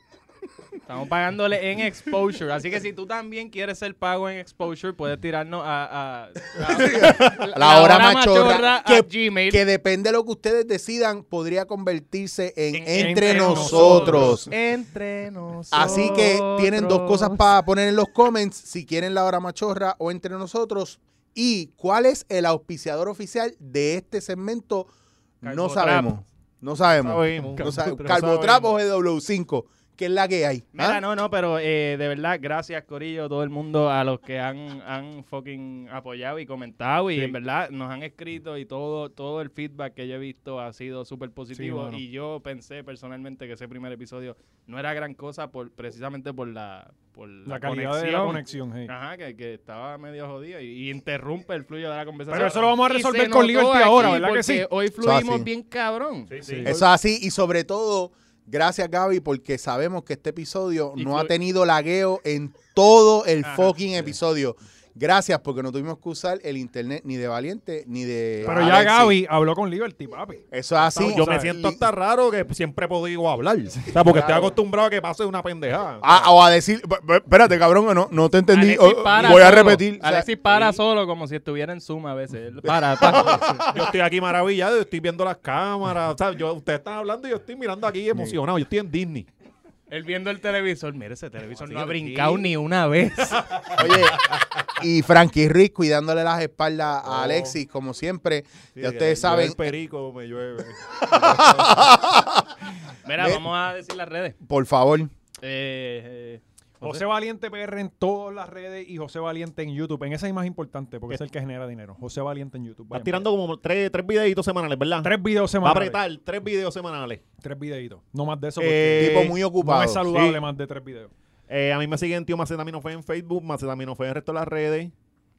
S4: Estamos pagándole en exposure. Así que si tú también quieres ser pago en exposure, puedes tirarnos a... a- a-
S1: La hora machorra,
S4: a
S1: que-
S4: Gmail.
S1: que depende de lo que ustedes decidan, podría convertirse en
S4: En-
S1: entre,
S4: entre
S1: nosotros.
S4: Entre nosotros.
S1: Así que tienen dos cosas para poner en los comments, si quieren la hora machorra o entre nosotros. ¿Y cuál es el auspiciador oficial de este segmento? No
S4: Calvotrap.
S1: sabemos. No sabemos.
S2: Sabemos.
S1: No sabe-
S2: Calvotrap.
S1: Calvotrapo GW5, que es la que hay.
S4: Mira,
S1: ¿Ah?
S4: no, no, pero eh, de verdad, gracias Corillo, todo el mundo, a los que han, han fucking apoyado y comentado y en verdad nos han escrito y todo, todo el feedback que yo he visto ha sido súper
S3: Sí,
S4: positivo
S3: mano.
S4: y yo pensé personalmente que ese primer episodio no era gran cosa por precisamente por la, Ah, por
S3: La calidad de la conexión, hey.
S4: Ajá, que, que estaba medio jodido y, y interrumpe el fluyo de la conversación.
S3: Pero eso lo vamos
S4: Y
S3: a
S4: se
S3: resolver con
S4: notó
S3: Liberty
S4: aquí
S3: ahora, ¿verdad que
S4: porque
S3: sí?
S4: Hoy
S1: así.
S4: fluimos bien cabrón.
S1: Eso es así. Y sobre todo, gracias Gaby, porque sabemos que este episodio
S4: Y
S1: no
S4: fue-
S1: ha tenido lagueo en todo el
S4: Ajá,
S1: fucking episodio. Gracias porque no tuvimos que usar el internet ni de Valiente ni de.
S3: Pero ya
S1: Alexis.
S3: Gaby habló con Liberty, papi.
S1: Eso es así.
S2: Yo me siento hasta raro que siempre he podido hablar. O sea, porque estoy acostumbrado a que pase una pendejada.
S1: Ah, o a decir, "P- p- espérate, cabrón, no, no te entendí.
S4: Alexis
S1: oh,
S4: para
S1: voy a
S4: solo.
S1: repetir. O sea,
S4: Alexis para solo como si estuviera en Zoom a veces. Él Para, para.
S2: Yo estoy aquí maravillado, yo estoy viendo las cámaras. O sea, yo, ustedes están hablando y yo estoy mirando aquí emocionado. Yo estoy en Disney.
S4: Él viendo el televisor. Mira, ese televisor no ha brincado ni una vez.
S1: Oye, y Frankie Riz cuidándole las espaldas
S4: Oh.
S1: a Alexis, como siempre. ya ustedes saben,
S2: eh, El perico me llueve.
S4: Mira,
S1: Ve-
S4: vamos a decir las redes.
S1: por favor.
S4: Eh, eh,
S3: José Valiente PR en todas las redes y José Valiente en YouTube. En esa es más importante porque es el que genera dinero. José Valiente en YouTube.
S2: Vas
S3: Vayan
S2: tirando como tres, tres videitos semanales, ¿verdad?
S3: para allá. tres videos
S2: Va a
S3: semanales.
S2: apretar tres videos semanales.
S3: Tres videitos. No más de eso porque
S2: Eh,
S1: tipo muy ocupado.
S3: no es saludable
S2: sí.
S3: más de tres videos.
S2: eh, a mí me siguen Tío Macetamino Fue en Facebook, Macetamino Fue en el resto de las redes.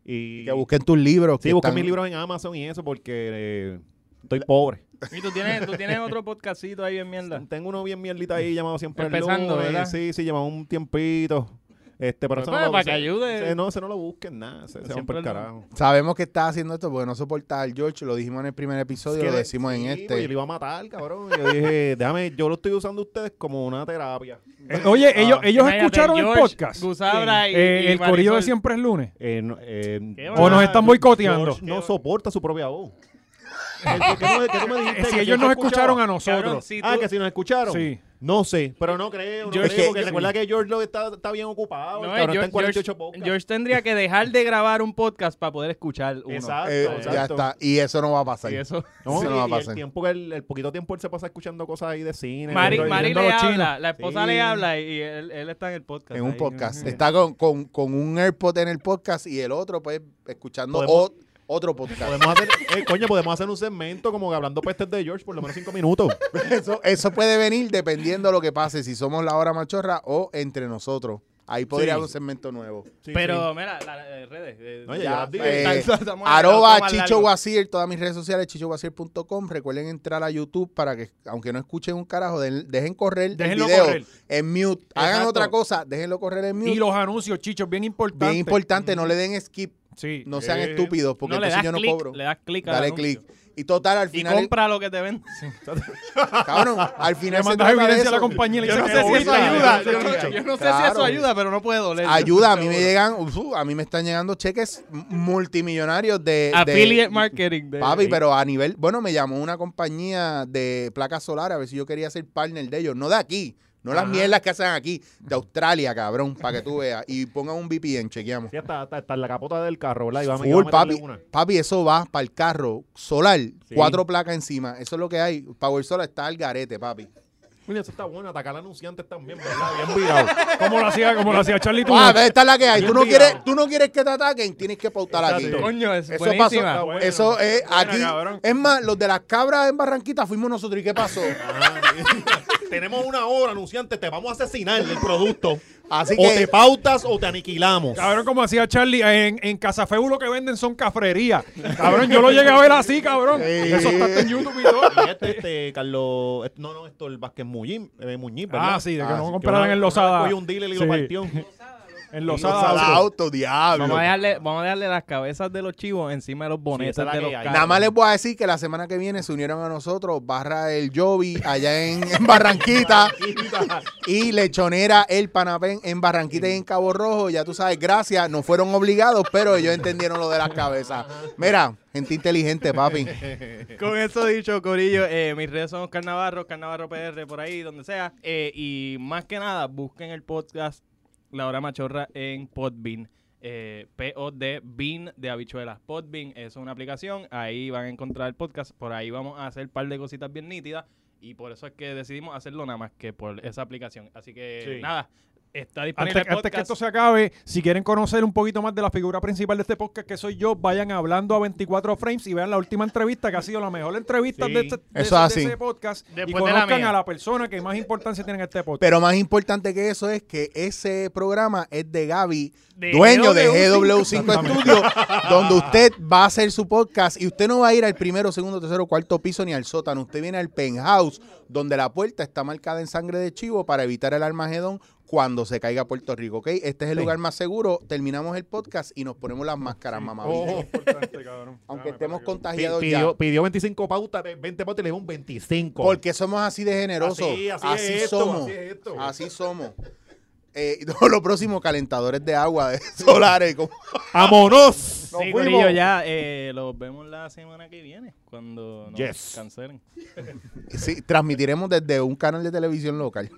S2: Y,
S1: Y que busquen tus libros.
S2: Sí,
S1: que
S2: busquen
S1: están-
S2: mis libros en Amazon y eso porque eh, estoy pobre.
S4: y tú tienes, tú tienes otro podcastito ahí en mierda.
S2: Tengo uno bien mierdita ahí llamado siempre el
S4: Empezando,
S2: lunes.
S4: ¿verdad?
S2: Sí, sí, llevaba un tiempito. Este, pero
S4: Pues
S2: eso
S4: para-
S2: no lo-
S4: para que
S2: se-
S4: ayude.
S2: se- no, ese no lo busquen nada. Se, se van
S4: Siempre
S2: por el
S4: el
S2: carajo.
S1: Sabemos que estás haciendo esto porque no soportas al George. Lo dijimos en el primer episodio,
S2: Es que
S1: lo
S2: de-
S1: decimos en
S2: sí, pues, Yo
S1: este.
S2: lo iba a matar, cabrón. Yo dije, déjame, yo lo estoy usando a ustedes como una terapia.
S3: Eh, oye, ellos, ellos
S4: Cállate,
S3: escucharon el
S4: ah. George,
S3: podcast.
S4: Gusabra y-
S3: Eh,
S4: y
S3: el corrido de
S4: Marisol. Ah.
S3: siempre es lunes.
S2: Eh, no, eh,
S4: Qué
S3: O nos están boicoteando.
S2: George no soporta su propia voz. Eh, ¿Qué tú me- qué tú me dijiste?
S3: Eh, si
S2: ¿Que
S3: ellos nos escucharon
S2: escuchaba?
S3: a nosotros.
S4: si
S2: Ah,
S4: tú-
S2: que si nos escucharon.
S3: Sí.
S2: No sé, pero no creo. No
S4: George-
S2: creo, porque
S1: es que-
S2: recuerda que George lo está, está bien ocupado.
S4: No,
S2: el
S4: eh,
S2: cabrón está
S4: George,
S2: en 48
S4: George-
S2: podcasts.
S4: George tendría que dejar de grabar un podcast para poder escuchar uno.
S2: Exacto,
S1: Eh, ya
S2: exacto.
S1: está. Y eso no va a pasar.
S4: Y eso.
S2: No,
S1: Eso
S2: y-
S1: no va a
S2: y
S1: pasar.
S2: el tiempo que él- el poquito tiempo él se pasa escuchando cosas ahí de cine.
S4: Mari,
S2: viendo-
S4: Mari
S3: viendo
S4: le
S3: los
S4: habla,
S3: chinos.
S4: la esposa
S2: Sí.
S4: le habla y él, él está en el podcast.
S1: En un
S4: ahí.
S1: podcast.
S4: Sí.
S1: Está con, con, con un AirPod en el podcast y el otro, pues, escuchando
S2: Podemos-
S1: o- otro podcast.
S2: Podemos hacer, eh, coño, podemos hacer un segmento como que hablando pestes de George por lo menos cinco minutos.
S1: Eso, eso puede venir dependiendo de lo que pase, si somos la hora machorra o entre nosotros. Ahí podría
S2: Sí.
S1: haber un segmento nuevo.
S2: Sí,
S4: Pero mira, las redes. eh,
S2: Oye,
S1: Ya,
S2: ya las dije.
S1: eh,
S4: Estamos en
S1: Arroba
S4: algo más
S1: Chicho
S4: largo.
S1: Guasir, todas mis redes sociales, chichowasir.com. Recuerden entrar a YouTube para que, aunque no escuchen un carajo, den- dejen correr
S3: Déjenlo
S1: el video
S3: correr.
S1: en mute. Hagan
S2: Exacto.
S1: otra cosa, déjenlo correr en mute.
S3: Y los anuncios, chichos, bien importante.
S1: Bien importante, no le den skip,
S3: Sí.
S1: no sean
S2: Eh,
S1: estúpidos, porque
S4: no, le
S1: entonces
S4: das
S1: yo no
S4: click,
S1: cobro.
S4: Le das clic al
S1: Dale
S4: anuncio.
S1: clic. Y total, al
S4: Y
S1: final.
S4: compra lo que te venden.
S1: Cabrón, al final
S3: Le
S1: se
S3: mandas
S1: trata de
S3: evidencia a
S1: eso.
S3: la compañía y le
S4: Yo no
S3: dices
S4: sé
S3: que
S4: si eso
S3: ahorita-
S4: ayuda. Yo no, yo no sé si
S1: Claro.
S4: eso ayuda, pero no puede doler.
S1: Ayuda, a mí me llegan, uf, a mí me están llegando cheques multimillonarios de, de-
S4: Affiliate marketing. de-
S1: Papi, pero a nivel, bueno, me llamó una compañía de placas solares a ver si yo quería ser partner de ellos, no de aquí, no las mierdas que hacen aquí, de Australia, cabrón, para que tú veas y pongan un VPN, chequeamos.
S2: Sí, está, está- está en la capota del carro, ¿verdad? Y vamos- y
S1: Full,
S2: vamos a meterle
S1: papi,
S2: una.
S1: papi, eso va para el carro solar, cuatro placas encima, eso es lo que hay. Power Solar está al garete, papi.
S2: Mira, eso está bueno, atacar al anunciante también, ¿verdad? Bien virado.
S3: Como lo hacía, como lo hacía Charlie Tunes.
S1: Ah, esta es la que hay. Tú no
S2: Bien tirado.
S1: quieres, tú no quieres que te ataquen, tienes que pautar aquí.
S2: Exacto.
S4: Coño, es
S1: Eso
S4: buenísima.
S1: pasó.
S2: bueno.
S1: eso es
S3: Buena,
S1: aquí.
S3: cabrón.
S1: Es más, los de las cabras en Barranquita fuimos nosotros. ¿Y qué pasó?
S2: Ah, Tenemos una hora, anunciante, te vamos a asesinar el producto.
S1: Así
S2: o te
S1: que.
S2: pautas o te aniquilamos.
S3: Cabrón, como hacía Charlie, en, en Casafeu lo que venden son cafrerías. Cabrón, yo lo llegué a ver así, cabrón. Eso está hasta en YouTube y todo.
S2: Y este, este, Carlos, este- no, no, esto el Vázquez Muñiz, eh, Muñiz, ¿verdad?
S3: Ah, sí, de que
S1: Ah,
S3: no
S1: sí,
S3: compraran en Losada.
S2: Oye, un dealer y lo
S3: Sí.
S2: partió.
S3: En
S1: Los
S3: Losada. auto.
S1: auto, diablo.
S4: Vamos a, dejarle, vamos a dejarle las cabezas de los chivos encima de los bonetes
S2: esa es la
S4: de
S2: que
S4: los
S2: hay.
S4: carros.
S1: Nada más les voy a decir que la semana que viene se unieron a nosotros Barra el Jovi allá en, en Barranquita y Lechonera el Panapén en Barranquita y en Cabo Rojo. Ya tú sabes, gracias, no fueron obligados, pero ellos entendieron lo de las cabezas. Mira, gente inteligente, papi.
S4: Con eso dicho, Corillo, eh, mis redes son Oscar Navarro, Oscar Navarro PR, por ahí, donde sea. Eh, y más que nada, busquen el podcast La Hora Machorra en Podbean. Eh, P-O-D, Bean de habichuelas. Podbean es una aplicación, ahí van a encontrar el podcast. Por ahí vamos a hacer un par de cositas bien nítidas. Y por eso es que decidimos hacerlo nada más que por esa aplicación. Así que,
S2: Sí.
S4: nada, está disponible
S3: Antes,
S4: el
S3: antes que
S4: podcast.
S3: esto se acabe, si quieren conocer un poquito más de la figura principal de este podcast, que soy yo, vayan hablando a 24 frames y vean la última entrevista, que ha sido la mejor entrevista
S2: Sí.
S3: de, este, de
S1: Eso es
S3: ese- de
S1: así.
S3: ese podcast. y
S4: Después de la
S3: conozcan
S4: mía.
S3: a la persona que más importancia tiene en este podcast.
S1: Pero más importante que eso es que ese programa es de Gaby, dueño de GW5 Studio, donde usted va a hacer su podcast y usted no va a ir al primero, segundo, tercero, cuarto piso ni al sótano. Usted viene al penthouse, donde la puerta está marcada en sangre de chivo para evitar el armagedón cuando se caiga Puerto Rico, ¿ok? Este es el lugar más seguro. Terminamos el podcast y nos ponemos las máscaras, mamá. bicho. Aunque estemos
S2: Oh. Pi-
S1: contagiados ya.
S2: pidió, pidió 25 pautas, ve- 20 pautas y le dio un 25.
S1: Porque somos así de generosos.
S2: Así,
S1: Así,
S2: así es esto,
S1: somos.
S2: así
S1: Así,
S2: es esto.
S1: somos. Eh, lo próximo, calentadores de agua de solares. como-
S2: ¡Vámonos!
S1: Nos
S4: Sí,
S1: fuimos.
S4: Corillo, ya eh, los vemos la semana que viene cuando nos
S2: Yes.
S4: cancelen.
S1: Sí, transmitiremos desde un canal de televisión local.